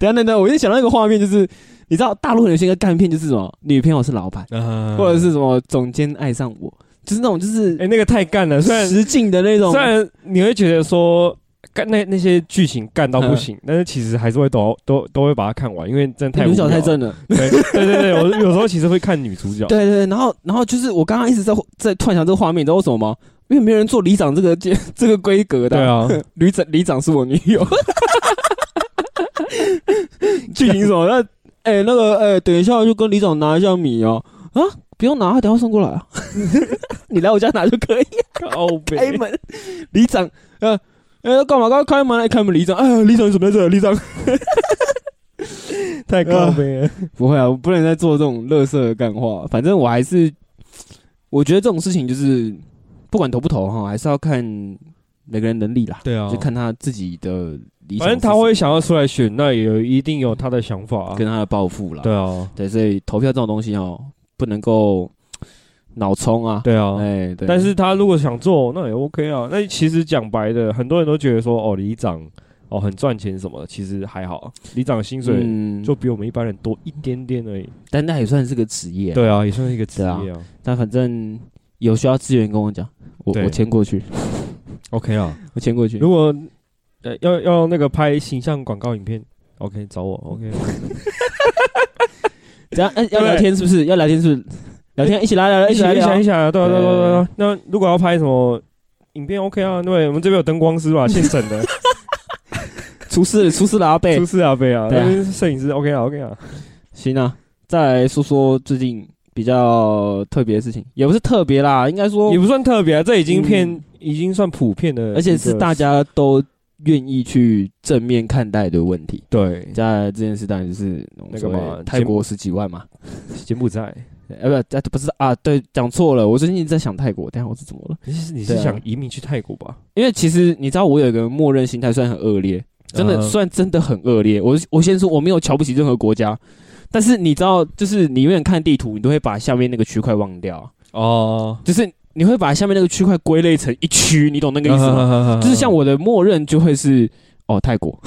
S2: 一下等等，我就想到一个画面，就是你知道大陆人有些个干片就是什么，女朋友是老板，或
S3: 或
S2: 者是什么总监爱上我，就是那种就是
S3: 嗯哎那个太干了，虽然
S2: 实境的那种
S3: 虽，然你会觉得说。干那那些剧情干到不行，但是其实还是会都都都会把它看完，因为真的太无
S2: 嗯女主角
S3: 聊
S2: 太
S3: 了
S2: 正了。
S3: 对对对对，我有时候其实会看女主角。
S2: 对对，对然后然后就是我刚刚一直在在突然想这个画面，你知道为什么吗？因为没有人做里长这个 这个规格的、
S3: 对啊，
S2: 旅长里长是我女友。 剧情什么？那哎、那个哎、等一下就跟里长拿一下米哦。啊，不用拿，他等一下送过来啊。 你来我家拿就可以。啊
S3: 靠北
S2: 开门，里长，呃呃，干嘛？刚刚开门，一开门，里长，哎呀，里长你怎么在这？里长
S3: 太高明了。
S2: 不会啊，我不能再做这种乐色的干话。反正我还是，我觉得这种事情就是不管投不投哈，还是要看每个人能力啦，
S3: 对啊
S2: 就看他自己的理想是
S3: 反
S2: 什么，
S3: 正他会想要出来选，那也有一定有他的想法啊。
S2: 跟他的抱负啦。
S3: 对啊，
S2: 对，所以投票这种东西哦，不能够脑冲啊。
S3: 对啊。
S2: 哎，对，
S3: 但是他如果想做，那也 OK 啊。那其实讲白的，很多人都觉得说，哦，里长哦很赚钱什么的，其实还好，里长薪水
S2: 嗯，
S3: 就比我们一般人多一点点而已。
S2: 但那也算是个职业。，
S3: 对啊，也算是一个职业
S2: 对
S3: 啊。
S2: 但反正有需要资源跟我讲，我
S3: 对
S2: 我签过去，
S3: OK 啊，
S2: 我签过去。
S3: 如果呃要要那个拍形象广告影片，OK 找我 OK。
S2: 怎样？哎，要
S3: 对
S2: 聊天是不是？要聊天是不是？聊天一起来聊，
S3: 一
S2: 一
S3: 起
S2: 起来
S3: 一
S2: 聊
S3: 想一。想啊，对啊对啊对啊
S2: 对
S3: 对啊。那如果要拍什么影片，OK 啊，对，我们这边有灯光 师吧，现整的，
S2: 厨师，厨师拉贝
S3: 出，事啊贝啊，
S2: 对啊
S3: 那边摄影师 OK 啊 OK 啊，
S2: 行啊。再来说说最近比较特别的事情，也不是特别啦，应该说
S3: 也，不算特别啊，这已经偏
S2: 嗯
S3: 已经算普遍的一个，
S2: 而且是大家都愿意去正面看待的问题。
S3: 对
S2: 接下来这件事当然就是我们
S3: 嗯那个
S2: 所谓
S3: 嘛
S2: 泰国十几万嘛，
S3: 柬埔寨，
S2: 呃，不，呃不是啊，对，讲错了，我最近一直在想泰国，但我是怎么了？
S3: 你是你是
S2: 对啊
S3: 想移民去泰国吧？
S2: 因为其实你知道，我有一个默认心态，虽然很恶劣，真的
S3: 嗯
S2: 虽然真的很恶劣，我我先说我没有瞧不起任何国家，但是你知道，就是你永远看地图，你都会把下面那个区块忘掉，
S3: 哦，
S2: 就是你会把下面那个区块归类成一区，你懂那个意思吗？
S3: 吗
S2: 就是像我的默认就会是哦泰 国，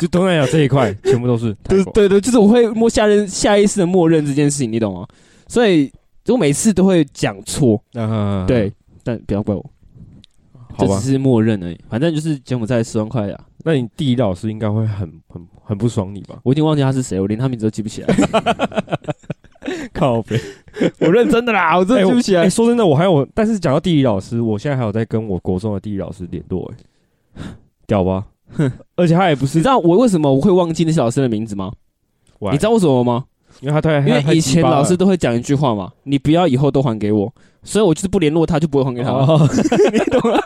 S3: 就东南亚这一块全部都是泰
S2: 对
S3: 国，
S2: 对对，就是我会默下认下意识的默认这件事情，你懂吗？所以我每次都会讲错，
S3: 嗯
S2: 对，，但不要怪我，
S3: 好
S2: 这
S3: 吧
S2: 只。是默认而已。反正就是柬埔寨十万块啊，？
S3: 那你地理老师应该会很很很不爽你吧
S2: 我已经忘记他是谁，我连他名字都记不起来。
S3: 靠北。
S2: 我认真的啦，我真
S3: 哎
S2: 的记不起来
S3: 哎、。说真的，我还有，但是讲到地理老师，我现在还有在跟我国中的地理老师联络、哎，屌吧？而且他也不
S2: 你
S3: 是
S2: 知，道我为什么我会忘记那些老师的名字吗？
S3: Why？
S2: 你知道为什么吗？
S3: 因为他哎太，
S2: 因为
S3: 他
S2: 以前老师都会讲一句话嘛，你不要以后都还给我，所以我就是不联络他，就不会还给他了，
S3: 哦、
S2: 你懂 吗？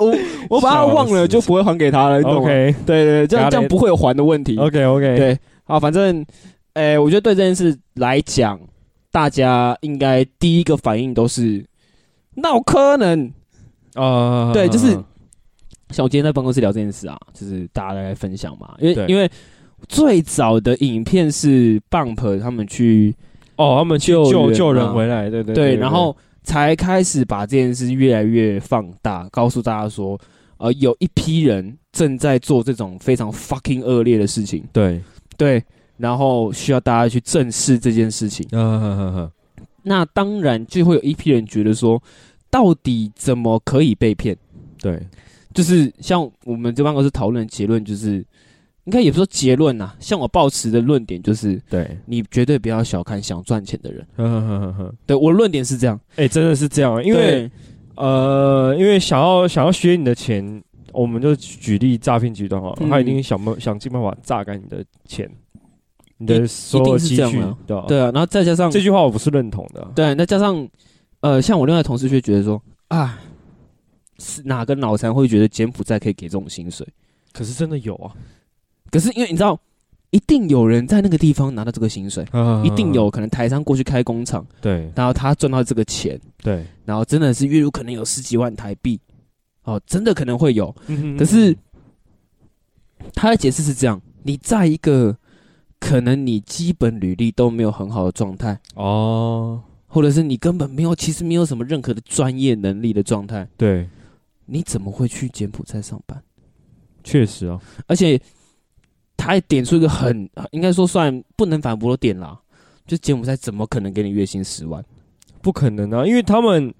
S2: 我我把他忘
S3: 笑死
S2: 了，就不会还给他了，你懂吗？
S3: OK
S2: 对对，对这
S3: Got
S2: 样
S3: it
S2: 这样不会有还的问题。
S3: OK OK，，
S2: 对，好，反正，哎，我觉得对这件事来讲，大家应该第一个反应都是，那我可能
S3: 啊、
S2: 对就是像我今天在办公室聊这件事啊，就是大家来分享嘛，因为
S3: 对
S2: 因为最早的影片是 Bump 他们去
S3: 哦，他们去
S2: 救
S3: 救
S2: 人
S3: 救人
S2: 嘛
S3: 回来，对对
S2: 对，然后才开始把这件事越来越放大，告诉大家说，呃， 有一批人正在做这种非常 fucking 恶劣的事情，
S3: 对，
S2: 对，然后需要大家去正视这件事情。
S3: 嗯哼哼哼，
S2: 那当然就会有一批人觉得说，到底怎么可以被骗？
S3: 对，
S2: 就是像我们这办公室讨论的结论，就是应该也不是说结论呐、像我抱持的论点就是，
S3: 对，
S2: 你绝对不要小看想赚钱的人。
S3: 嗯哼哼哼哼，
S2: 对我的论点是这样，
S3: 哎，真的是这样，因为
S2: 对
S3: 呃，因为想要想要削你的钱，我们就举例诈骗集团好了，
S2: 嗯
S3: 他一定想办想尽办法榨干你的钱，你的所
S2: 一
S3: 有
S2: 定是
S3: 积
S2: 这样
S3: 蓄
S2: 啊，
S3: 对吧？
S2: 对啊，然后再加上
S3: 这句话我不是认同的啊，
S2: 对，那加上呃，像我另外的同事却觉得说啊，是哪个脑残会觉得柬埔寨可以给这种薪水？
S3: 可是真的有 啊，
S2: 可是因为你知道，一定有人在那个地方拿到这个薪水，一定有可能台商过去开工厂，
S3: 嗯对
S2: 然后他赚到这个钱，
S3: 对，
S2: 然后真的是月入可能有十几万台币，哦，真的可能会有。可
S3: 可
S2: 是他的解释是这样：你在一个可能你基本履历都没有很好的状态，
S3: 哦，
S2: 或者是你根本没有，其实没有什么任何的专业能力的状态，
S3: 对，
S2: 你怎么会去柬埔寨上班？
S3: 确实啊，
S2: 而且他也点出一个很应该说算不能反驳的点啦，就柬埔寨怎么可能给你月薪十万？
S3: 不可能啊，因为他们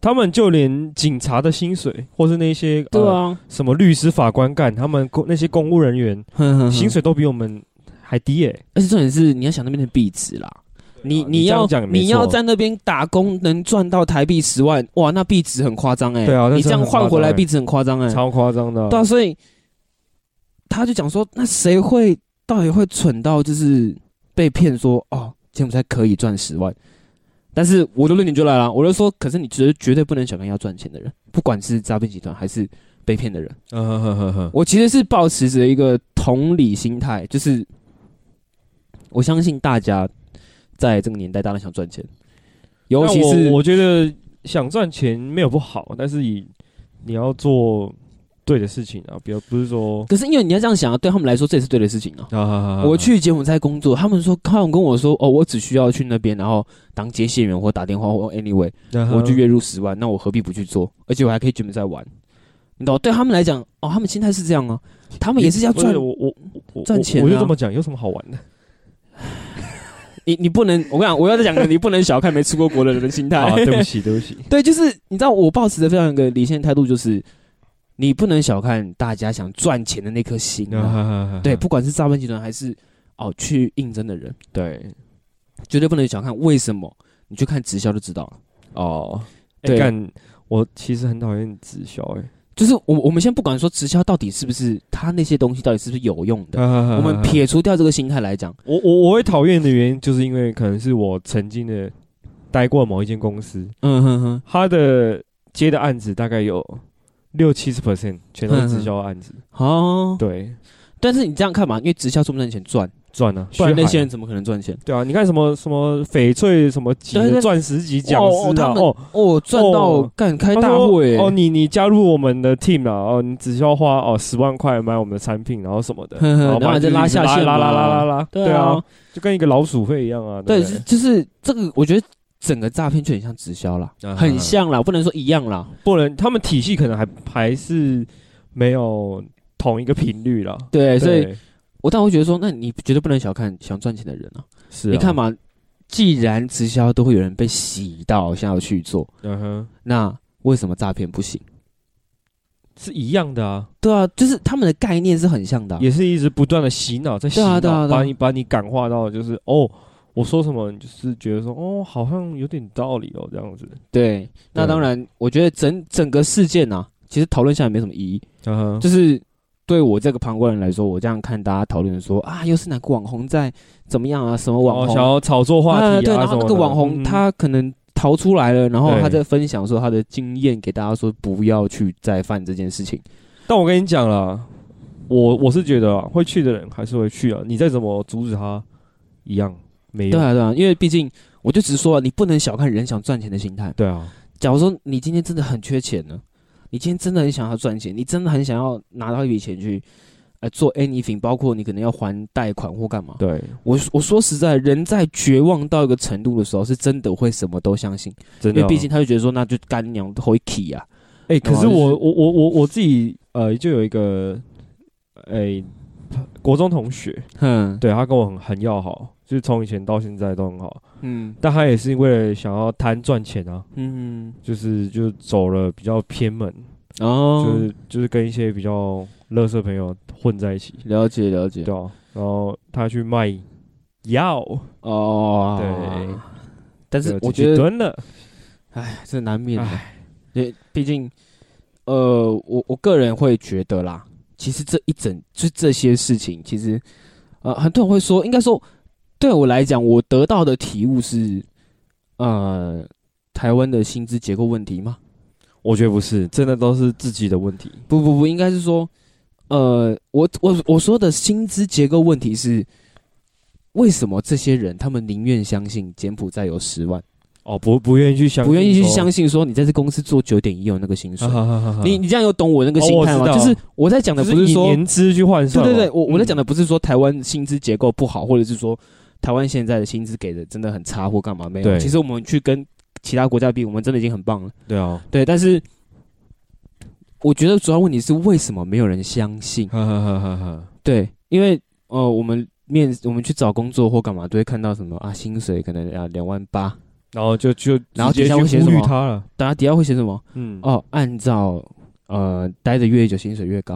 S3: 他们就连警察的薪水，或是那些
S2: 对
S3: 呃
S2: 啊，
S3: 什么律师、法官干，他们公那些公务人员
S2: 呃嗯哼哼
S3: 薪，水都比我们还低耶。
S2: 而且重点是你要想那边的币值啦。你
S3: 啊你这样
S2: 要
S3: 讲也没
S2: 你要
S3: 错
S2: 在那边打工能赚到台币十万，哇，那币值很夸张哎。
S3: 对啊那
S2: 你这
S3: 真的
S2: 样
S3: 很夸
S2: 换回
S3: 张
S2: 来
S3: 欸
S2: 币值很夸张哎。
S3: 超夸张的啊，
S2: 对啊，所以他就讲说，那谁会到底会蠢到就是被骗说哦，柬埔寨可以赚十万？但是我的论点就来了，啊我就说，可是你绝绝对不能小看要赚钱的人，不管是诈骗集团还是被骗的人。
S3: 嗯哼哼哼哼，
S2: 我其实是抱持着一个同理心态，就是我相信大家在这个年代，当然想赚钱，尤其
S3: 但
S2: 是
S3: 我我觉得想赚钱没有不好，但是以你要做对的事情啊，不要不是说
S2: 可是因为你要这样想啊，对他们来说这也是对的事情啊。
S3: 啊
S2: 我去柬埔寨工作，他们说，他们跟我说，哦，我只需要去那边，然后当接线员或打电话或 anyway，、我就月入十万，那我何必不去做？而且我还可以柬埔寨玩，你懂？对他们来讲，哦，他们心态是这样啊，他们也是要
S3: 不是
S2: 赚。
S3: 我我我
S2: 赚钱啊
S3: 我就这么讲，有什么好玩的？
S2: 你你不能，我跟你讲，我要再讲个，你不能小看没出过国的人的 心态。
S3: 啊，对不起，对不 起，
S2: 对，就是你知道，我抱持的非常一个理性的态度，就是你不能小看大家想赚钱的那颗心啊。
S3: 嗯
S2: 对，不管是诈骗集团还是哦去应征的人，
S3: 对
S2: 绝对不能小看。为什么？你去看直销就知道了。
S3: 哦，
S2: 对
S3: 对，干我其实很讨厌直销，哎，
S2: 就是我我们先不管说直销到底是不是它那些东西到底是不是有用的，
S3: 我
S2: 我们撇除掉这个心态来讲，
S3: 我我我会讨厌的原因，就是因为可能是我曾经的待过某一间公司，
S2: 嗯哼哼，
S3: 他的接的案子大概有六七十 percent 全都是直销案
S2: 嗯
S3: 子，
S2: 好。
S3: 对，
S2: 但是你这样看嘛，因为直销赚不赚钱赚，
S3: 赚啊，
S2: 不然
S3: 血
S2: 那
S3: 海
S2: 些人怎么可能赚钱？
S3: 对啊，你看什么什么翡翠什么级
S2: 对对
S3: 的钻石级讲
S2: 哦哦
S3: 师
S2: 他
S3: 啊，
S2: 们
S3: 哦，
S2: 哦，赚到
S3: 哦
S2: 干开
S3: 他
S2: 大
S3: 说
S2: 会
S3: 哦，你你加入我们的 team 啊，哦，你只需要花哦十万块买我们的产品，然后什么的，
S2: 呵呵然后
S3: 把
S2: 还
S3: 你
S2: 再拉下线
S3: 拉拉
S2: 嘛
S3: 拉拉拉，
S2: 对
S3: 对
S2: 啊，，
S3: 就跟一个老鼠会一样啊，
S2: 对，
S3: 不
S2: 就就是这个，我觉得整个诈骗就很像直销啦，
S3: 嗯
S2: 很像啦，不能说一样啦。
S3: 不能，他们体系可能还还是没有同一个频率啦。
S2: 对，哎所以
S3: 对
S2: 我但我觉得说，那你绝对不能小看想赚钱的人啊。
S3: 是啊
S2: 你看，嘛，既然直销都会有人被洗到想要去做，
S3: 嗯哼，
S2: 那为什么诈骗不行？
S3: 是一样的啊，
S2: 对啊，就是他们的概念是很像的啊、
S3: 也是一直不断的洗脑，在洗
S2: 对啊
S3: 脑，
S2: 对啊对啊
S3: 把你把你感化到就是哦，我说什么你就是觉得说哦，好像有点道理哦，这样子。
S2: 对，那
S3: 对
S2: 当然，我觉得整整个事件呢、啊，其实讨论下来没什么意义。
S3: 嗯哼，
S2: 就是对我这个旁观人来说，我这样看大家讨论说啊，又是哪个网红在怎么样啊，什么网
S3: 哦
S2: 红
S3: 想要炒作话题啊，
S2: 对，然后
S3: 什么
S2: 那
S3: 的
S2: 个网红
S3: 嗯
S2: 他可能逃出来了，然后
S3: 对
S2: 他在分享说他的经验给大家说不要去再犯这件事情。
S3: 嗯但我跟你讲啦，我我是觉得啊，会去的人还是会去啊，你再怎么阻止他，一样没
S2: 对
S3: 用。
S2: 啊，对啊，因为毕竟我就只是说你不能小看人想赚钱的心态。
S3: 对啊，
S2: 假如说你今天真的很缺钱呢，你今天真的很想要赚钱，你真的很想要拿到一笔钱去。呃，做 anything，包括你可能要还贷款或干嘛。
S3: 对，啊
S2: 我我说实在，人在绝望到一个程度的时候，是真的会什么都相信，
S3: 真
S2: 因
S3: 的
S2: 为
S3: 啊。
S2: 毕竟他就觉得说，那就干娘会起 啊。
S3: 哎、可
S2: 然后
S3: 是
S2: 就是
S3: 我我我我我自己呃，就有一个哎、国中同学，
S2: 哼，
S3: 对他跟我很很要好，就是从以前到现在都很好。
S2: 嗯
S3: 但他也是为了想要贪赚钱啊，
S2: 嗯，
S3: 就是就走了比较偏门，
S2: 哦，
S3: 就是就是跟一些比较乐色朋友混在一起，
S2: 了解了解，
S3: 对啊。然后他去卖药，
S2: 哦，
S3: 对，
S2: 但
S3: 就是自
S2: 我
S3: 己
S2: 觉得，
S3: 蹲了，
S2: 哎，这难免的，
S3: 唉
S2: 也毕竟，呃，我我个人会觉得啦，其实这一整就这些事情，其实，呃，很多人会说，应该说，对我来讲，我得到的体悟是，呃，台湾的薪资结构问题吗？
S3: 我觉得不是，真的都是自己的问题。
S2: 不不不，应该是说，呃，我我我说的薪资结构问题是，为什么这些人他们宁愿相信柬埔寨有十万，
S3: 哦，不不愿意去相信，啊
S2: 不愿意去相
S3: 信
S2: 信说你在这公司做九点一有那个薪水？你
S3: 你
S2: 你这样有懂我那个心态
S3: 嗯
S2: 吗？
S3: 哦我知道
S2: 就是我在讲的不
S3: 就是以
S2: 说，
S3: 年啊资去换
S2: 对
S3: 算嘛，哦嗯
S2: 对对，我我在讲的
S3: 的
S2: 不是说台湾薪资结构不好，或者是说台湾现在的薪资给的真的很差或干嘛没有。
S3: 对
S2: 其实我们去跟其他国家比，我们真的已经很棒了。
S3: 对啊，
S2: 对，但是我觉得主要问题是为什么没有人相信？
S3: 哈哈哈哈哈，
S2: 对，因为呃，我们面我们去找工作或干嘛，都会看到什么啊，薪水可能啊两万八，
S3: 然后就就
S2: 然后
S3: 直
S2: 底下会
S3: 接
S2: 写
S3: 去
S2: 什么
S3: 呼吁他了，
S2: 大家底下会写什么？
S3: 嗯，
S2: 哦，按照呃待的越久，薪水越高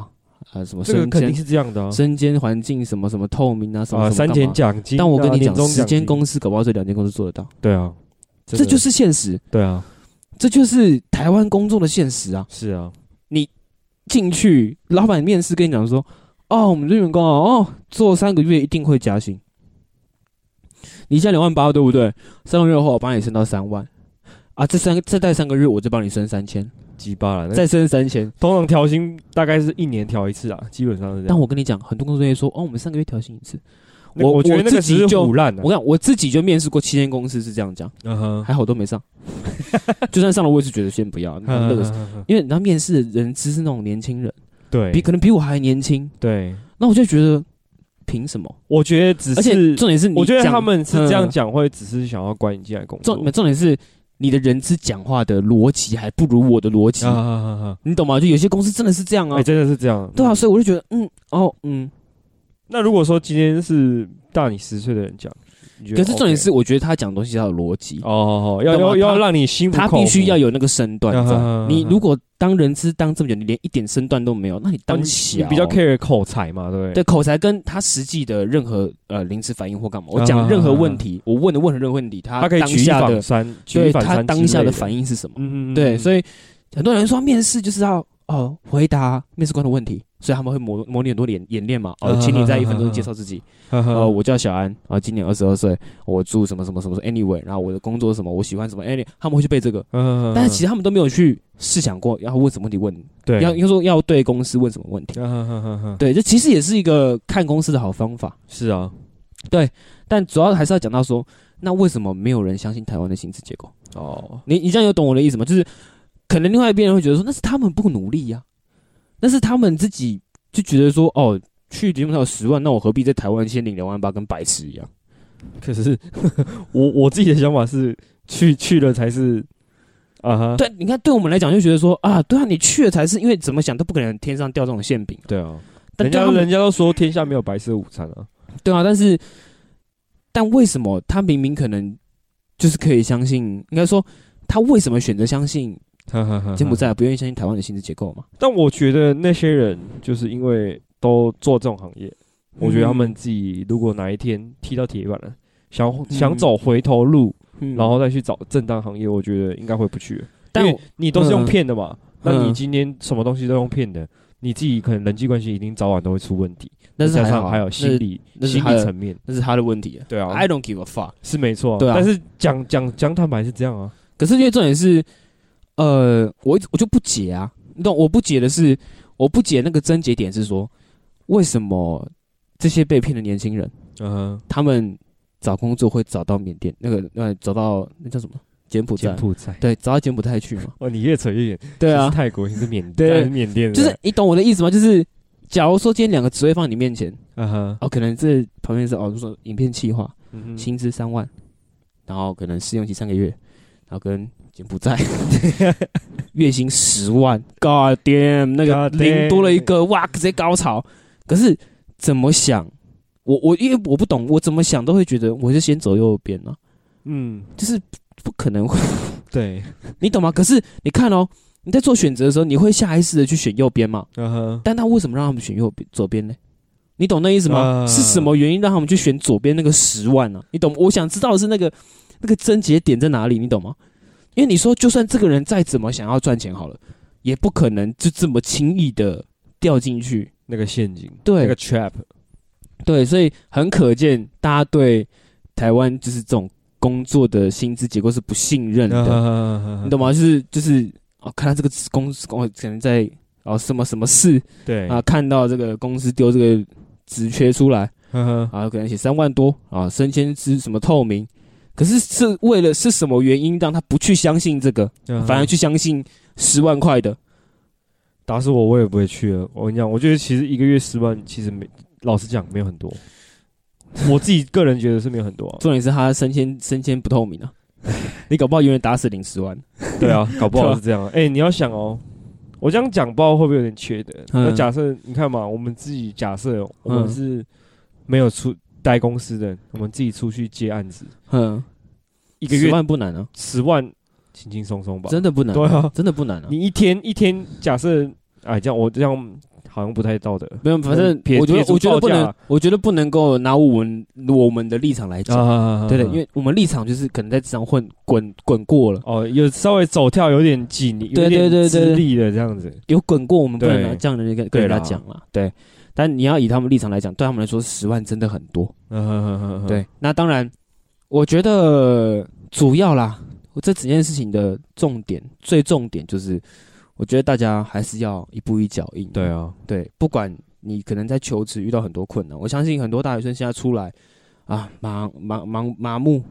S2: 啊、什么
S3: 这个
S2: 升
S3: 肯
S2: 迁
S3: 定是这样的啊
S2: 身兼环境什么什么透明啊，什么
S3: 啊，
S2: 什么
S3: 三
S2: 干
S3: 减
S2: 嘛。
S3: 奖金啊，
S2: 但我跟你
S3: 年
S2: 讲，
S3: 终
S2: 十
S3: 奖
S2: 间
S3: 金
S2: 公司搞不好这两间公司做得到，
S3: 对啊，真
S2: 这
S3: 的
S2: 就是现实，
S3: 对啊，
S2: 这就是台湾工作的现实啊！
S3: 是啊，
S2: 进去，老板面试跟你讲说，哦，我们这员工哦，哦，做三个月一定会加薪。你现在两万八对不对？三个月后我帮你升到三万，啊，这三再待三个月我再帮你升三千，
S3: 鸡巴了，在
S2: 再升三千。
S3: 通常调薪大概是一年调一次啊，基本上是这
S2: 但
S3: 样。
S2: 我跟你讲，很多工作人员说，哦，我们三个月调薪一次。
S3: 那个
S2: 我
S3: 我觉得那
S2: 自
S3: 个
S2: 己
S3: 只是
S2: 就
S3: 腐烂的
S2: 我，跟你讲我自己就面试过七间公司是这样讲，
S3: 嗯哼，
S2: 还好都没上。 就算上了，我也是觉得先不
S3: 嗯
S2: 要，那个，因为你知道面试的人资是那种年轻人，
S3: 对
S2: 比可能比我还年轻，
S3: 对，
S2: 那我就觉得凭什么？
S3: 我觉得只
S2: 而且
S3: 是，
S2: 重点是你讲，
S3: 我觉得他们是这样
S2: 嗯
S3: 讲，会只是想要关你进来工作
S2: 重重点是你的人资讲话的逻辑还不如我的逻辑
S3: 啊，啊啊啊！
S2: 你懂吗？就有些公司真的是这样
S3: 哎、
S2: 啊，
S3: 真的是这样。
S2: 对啊，
S3: 嗯
S2: 所以我就觉得，嗯，哦，嗯，
S3: 那如果说今天是大你十岁的人讲，你觉
S2: 可
S3: 得
S2: 是重点
S3: OK？
S2: 是，我觉得他讲东西要有逻辑，
S3: 哦哦，哦要
S2: 懂吗
S3: 要
S2: 他
S3: 要让你心服
S2: 他
S3: 口
S2: 必须
S3: 服
S2: 要有那个身段在
S3: 嗯嗯嗯。嗯
S2: 你如果当人资当这么久，你连一点身段都没有，那你当
S3: 你
S2: 小啊
S3: 你比较 care 口才嘛，对不对？
S2: 对口才跟他实际的任何呃临时反应或干嘛，我
S3: 嗯
S2: 讲
S3: 嗯
S2: 任何
S3: 嗯
S2: 问
S3: 嗯
S2: 题，我问的问的任何问题，他
S3: 他可以
S2: 当
S3: 举一
S2: 下
S3: 反
S2: 的
S3: 三，举
S2: 对
S3: 一反
S2: 他
S3: 三
S2: 当下的反
S3: 应，
S2: 应是什么？
S3: 嗯嗯，
S2: 对，所
S3: 以
S2: 以很多人说面试就是要哦回答面试官的问题，所以他们会模模拟很多演演练嘛。哦，
S3: 嗯
S2: 请你在
S3: 嗯
S2: 一分钟
S3: 嗯
S2: 介绍自己。呃，
S3: 哦，
S2: 我叫小安，啊，今年二十二岁，我住什么什么什么什么 anyway，然后我的工作是什么，我喜欢什么 anyway，他们会去背这个，
S3: 嗯
S2: 但是其实他们都没有去试想过要问什么问题问，
S3: 对
S2: 要应该说要对公司问什么问题。
S3: 嗯哼哼哼哼
S2: 对，这其实也是一个看公司的好方法。
S3: 是啊，
S2: 但主要还是要讲到说，那为什么没有人相信台湾的薪资结构？
S3: 哦，
S2: 你你这样有懂我的意思吗？就是可能另外一边人会觉得说，那是他们不努力呀、那是他们自己就觉得说，哦，去柬埔寨有十万，那我何必在台湾先领两万八，跟白痴一样？
S3: 可是 我我自己的想法是，去去了才是啊哈，
S2: 对，你看，对我们来讲就觉得说，啊，对啊，你去了才是，因为怎么想都不可能天上掉这种馅饼。
S3: 对啊，
S2: 但
S3: 人
S2: 对
S3: 家
S2: 他们
S3: 人家都说天下没有白色午餐啊，
S2: 对啊，但是，但为什么他明明可能就是可以相信？应该说，他为什么选择相信
S3: 哈哈哈
S2: 柬埔
S3: 哈
S2: 寨，不愿意相信台湾的薪资结构嘛？
S3: 但我觉得那些人就是因为都做这种行业，
S2: 嗯
S3: 我觉得他们自己如果哪一天踢到铁板了，想、想走回头路，
S2: 嗯，
S3: 然后再去找正当行业，我觉得应该回不去。
S2: 但
S3: 因为
S2: 我
S3: 你都是用骗的嘛，
S2: 嗯
S3: 那你今天什么东西都用骗的，你自己可能人际关系一定早晚都会出问题，
S2: 但是
S3: 加
S2: 还好
S3: 上
S2: 啊，
S3: 还有
S2: 那
S3: 心理
S2: 那是
S3: 心
S2: 他
S3: 理
S2: 的
S3: 层面，
S2: 那是他的问题啊。
S3: 对啊，
S2: I don't give a fuck。
S3: 是没错、
S2: 对啊
S3: 但是讲讲讲坦白是这样啊，
S2: 可是因为重点是，呃，我一直我就不解啊，你懂？我不解的是，我不解那个症结点是说，为什么这些被骗的年轻人，
S3: 嗯哼，
S2: 他们找工作会找到缅甸那个呃，找到那叫什么柬埔寨？
S3: 柬埔寨。
S2: 对，找到柬埔寨去嘛？
S3: 哦，你越扯越远。
S2: 对
S3: 是
S2: 啊，
S3: 泰国，你是缅，
S2: 对
S3: 还是缅甸，
S2: 就是
S3: 对
S2: 你懂我的意思吗？就是假如说今天两个职位放在你面前，
S3: 不对嗯哼，
S2: 哦，可能这旁边是哦，就说影片企划，
S3: 嗯哼
S2: 薪资三万，然后可能试用期三个月，然后跟柬埔 寨月薪十万，God damn，那个
S3: God damn
S2: 零多了一个，哇，直接高潮。可是怎么想，我我因为我不懂，我怎么想都会觉得我就先走右边啊，
S3: 嗯，
S2: 就是不可能会，
S3: 对，
S2: 你懂吗？可是你看哦，你在做选择的时候，你会下意识的去选右边嘛？
S3: 嗯哼，
S2: 但他为什么让他们选右边左边呢？你懂那意思吗？
S3: 啊
S2: 是什么原因让他们去选左边那个十万呢、啊？你懂？我想知道的是那个那个症结点在哪里，你懂吗？因为你说，就算这个人再怎么想要赚钱好了，也不可能就这么轻易的掉进去。
S3: 那个陷阱，
S2: 对
S3: 那个 trap，
S2: 对，所以很可见，大家对台湾就是这种工作的薪资结构是不信
S3: 嗯
S2: 任的。你
S3: 你
S2: 懂？吗？就是就是哦，看他这个公司公可能在哦什么什么事
S3: 对
S2: 啊，，看到这个公司丢这个职缺出来
S3: 嗯哼
S2: 啊，可能写三万多啊，升迁之什么透明，可是是为了是什么原因让他不去相信这个，
S3: 嗯哼
S2: 反而去相信十万块的？
S3: 打死我，我也不会去了。我跟你讲，我觉得其实一个月十万，其实没，老实讲没有很 多。我自己个人觉得是没有很 多、啊，
S2: 重点是他升迁升迁不透明 啊，你搞不好永远打死领十万。
S3: 对啊，搞 不
S2: 对
S3: 好
S2: 啊
S3: 是这样啊。哎、你要想哦，我这样讲，不知道会不会有点缺德。
S2: 嗯
S3: 那假设你看嘛，我们自己假设哦我们
S2: 嗯
S3: 是没有出待公司的，我们自己出去接案子，
S2: 嗯，
S3: 一个月
S2: 十万不难啊，
S3: 十万，轻轻松松吧。
S2: 真的不难，
S3: 对啊，
S2: 真的不难啊。
S3: 你一天一天，假设哎，这样我这样好像不太道德
S2: 没有，反正
S3: 撇
S2: 我觉
S3: 撇
S2: 得
S3: 除
S2: 我觉得
S3: 报
S2: 不
S3: 价
S2: 能，我觉得不能够拿我们我们的立场来讲。
S3: 啊
S2: 对的，因为我们立场就是可能在职场混滚滚过了，
S3: 哦，有稍微走跳有点紧，有
S2: 对对
S3: 点
S2: 对对
S3: 吃力的这样子。
S2: 有滚过，我们不能拿
S3: 对
S2: 这样的人跟跟人
S3: 对啦
S2: 家讲啦。对，但你要以他们立场来讲，对他们来说十万真的很多。
S3: 嗯，
S2: 对，那当然，我觉得主要啦，我这整件事情的重点最重点就是，我觉得大家还是要一步一脚印。
S3: 对啊，
S2: 对，不管你可能在求职遇到很多困难，我相信很多大学生现在出来啊，麻麻麻麻木，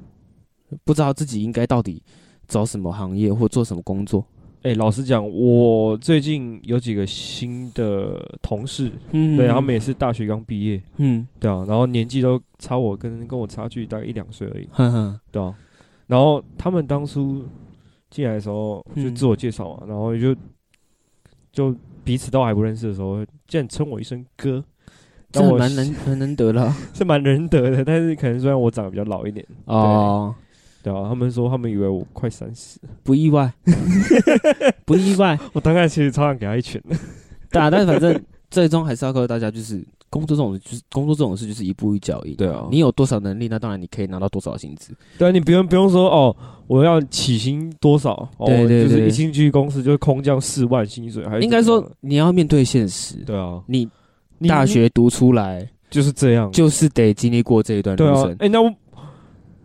S2: 不知道自己应该到底找什么行业或做什么工作。
S3: 哎，老实讲，我最近有几个新的同事，
S2: 嗯
S3: 对他们也是大学刚毕业，
S2: 嗯，
S3: 对啊，然后年纪都差我跟跟我差距大概一两岁而已，
S2: 哼哼，
S3: 对啊，然后他们当初进来的时候就
S2: 嗯
S3: 自我介绍嘛，然后就就彼此都还不认识的时候，竟然称我一声哥，
S2: 这
S3: 但我
S2: 蛮难蛮难得啊了
S3: 是蛮难得的，但是可能虽然我长得比较老一点，
S2: 哦，
S3: 对啊，他们说他们以为我快三 十，
S2: 不意 外，不意外，
S3: 我当下其实超想给他一拳的。
S2: 对啊，但是反正最终还是要告诉大家，就是工作这种就是工作这种事，就是一步一脚印。
S3: 对啊
S2: 你有多少能力，那当然你可以拿到多少薪资。
S3: 对啊，你不用不用说哦，我要起薪多少？哦，
S2: 对对
S3: 就是
S2: 对
S3: 一进去公司就是空降四万薪水，还是
S2: 应该
S3: 怎么
S2: 说
S3: 样，
S2: 你要面对现实。
S3: 对啊，
S2: 你
S3: 你
S2: 大学读出来，
S3: 就是这样，
S2: 就是得经历过这一段路
S3: 对啊
S2: 程。。
S3: 哎，那我，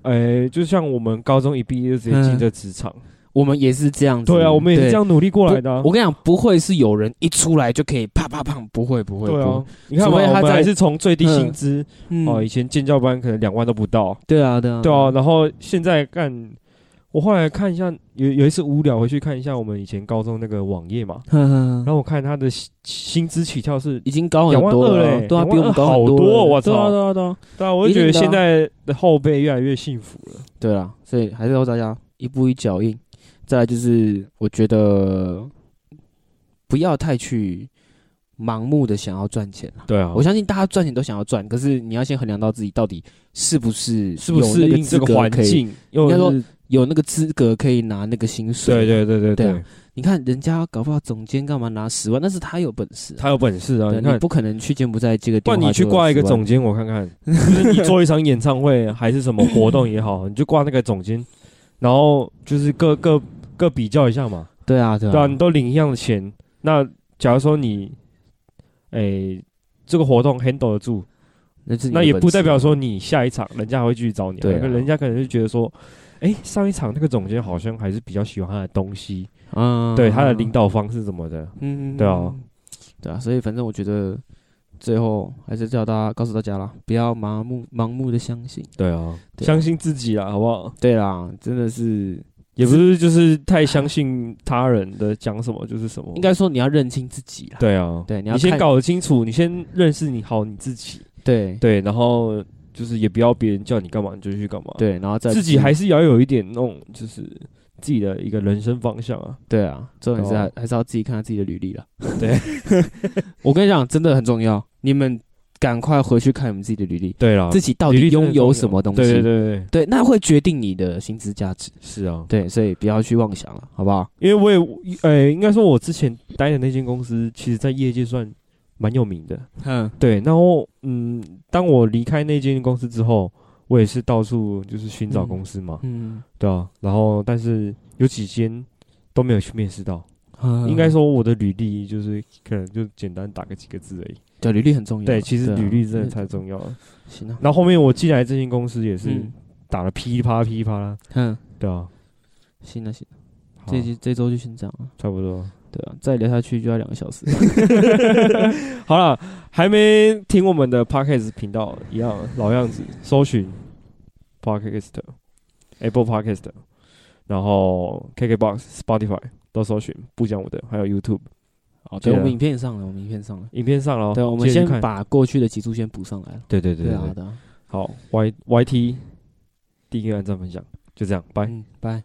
S3: 哎，就像我们高中一毕业就直接进
S2: 嗯
S3: 这职场，
S2: 我们也是这样子，
S3: 对啊，我们也是这样努力
S2: 对
S3: 过来的啊
S2: 不。我跟你讲，不会是有人一出来就可以啪啪啪，不会不会，
S3: 对
S2: 不
S3: 啊
S2: 会，，
S3: 你看嘛，
S2: 除非
S3: 我
S2: 他
S3: 们
S2: 在
S3: 还是从最低薪资哦，以
S2: 嗯，
S3: 前建教班可能两万都不到，
S2: 对啊对啊，
S3: 对啊，，然后现在干，我后来看一下，有有一次无聊回去看一下我们以前高中那个网页嘛，
S2: 呵呵
S3: 然后我看他的薪薪资起跳是，
S2: 已经高很多
S3: 22,000
S2: 了
S3: 嘞，
S2: 对啊，比我们高很
S3: 好多
S2: 了
S3: 哦我操
S2: 对啊对啊对啊，
S3: 对啊，我就觉
S2: 一
S3: 得
S2: 定的啊
S3: 现在的后辈越来越幸福了。
S2: 对啊，所以还是要大家一步一脚印。再来就是，我觉得不要太去盲目的想要赚钱啊。
S3: 对啊
S2: 我相信大家赚钱都想要赚，可是你要先衡量到自己到底是不是
S3: 是不是
S2: 有那
S3: 因
S2: 个
S3: 这
S2: 资
S3: 个
S2: 格
S3: 环
S2: 可以
S3: 境，又
S2: 应该说
S3: 是
S2: 有那个资格可以拿那个薪水。
S3: 对对对对
S2: 对啊
S3: 对，
S2: 你看人家搞不好总监干嘛拿十万，那是他有本事、啊。
S3: 他有本事啊！
S2: 对
S3: 你
S2: 你
S3: 看，
S2: 不可能去柬埔寨接个
S3: 不
S2: 电
S3: 然
S2: 话，
S3: 你去挂一个总，监，我 看看，就是你做一场演唱会还是什么活动 也好，你就挂那个总监，然后就是各各各比较一下嘛。
S2: 对啊，对啊，
S3: 对啊，你都领一样的钱，那假如说你，诶、这个活动 handle 得住，
S2: 那是你的
S3: 那也
S2: 本
S3: 不
S2: 事
S3: 代表说你下一场人家还会继续找你、
S2: 对啊
S3: 可人家可能就觉得说，诶、上一场那个总监好像还是比较喜欢他的东西，
S2: 嗯，
S3: 对他的领，导方式什么的，
S2: 嗯，
S3: 对啊，
S2: 对啊，所以反正我觉得最后还是叫大家告诉大家啦，不要盲目盲目的相信。
S3: 对啊，
S2: 对啊
S3: 相信自己啦，好不好？
S2: 对啦，真的是
S3: 也不是就是太相信他人的讲什么就是什么，
S2: 应该说你要认清自己啦。
S3: 对啊，
S2: 对你
S3: 你
S2: 要
S3: 先
S2: 看
S3: 搞得清楚，你先认识你好你自己，
S2: 对
S3: 对，然后就是也不要别人叫你干嘛你就去干嘛，
S2: 对，然后再
S3: 自己还是要有一点那种，就是自己的一个人生方向啊。
S2: 对啊，重点是还
S3: 哦
S2: 还是要自己看看自己的履历了。
S3: 对，
S2: 我跟你讲，真的很重要。你们赶快回去看你们自己的履历，
S3: 对啦，
S2: 自己到
S3: 啊履
S2: 底
S3: 历真的
S2: 拥有
S3: 重
S2: 什么东西？
S3: 对对对对，
S2: 对那会决定你的薪资价值。
S3: 是啊，
S2: 对，所以不要去妄想了，好不好？
S3: 因为我也，呃、应该说我之前待的那间公司，其实在业界算蛮有名的。
S2: 嗯，
S3: 对，然后嗯，当我离开那间公司之后，我也是到处就是寻找
S2: 嗯
S3: 公司嘛，
S2: 嗯，
S3: 对啊，然后但是有几间都没有去面试到，
S2: 嗯
S3: 应该说我的履历就是可能就简单打个几个字而已。
S2: 对履历很重要。
S3: 对，其实
S2: 啊
S3: 履历真的
S2: 对
S3: 太重要了。
S2: 行了。
S3: 然后后面我进来这间公司也是
S2: 嗯
S3: 打了噼里啪啦噼里啪啦，
S2: 嗯，
S3: 对啊，
S2: 行了行了，
S3: 好
S2: 这集这周就先这样了。啊
S3: 差不多。
S2: 对啊，再聊下去就要两个小 时。
S3: 好了，还没听我们的 podcast 频道一样老样子，搜寻 podcast Apple podcast，然后 KKBox、Spotify 都搜寻不讲我的，还有 YouTube
S2: 好，哦对，
S3: 记得
S2: 我们影片上了，我们影片上了。
S3: 影片上了哦。
S2: 对，我们
S3: 记得
S2: 先
S3: 去看
S2: 把过去的集数先补上来了。
S3: 对对对
S2: 对
S3: 对
S2: 啊，好
S3: 对，
S2: 的啊。
S3: 好 Y YT 订阅、按赞、分享，就这样，拜。
S2: 嗯，拜。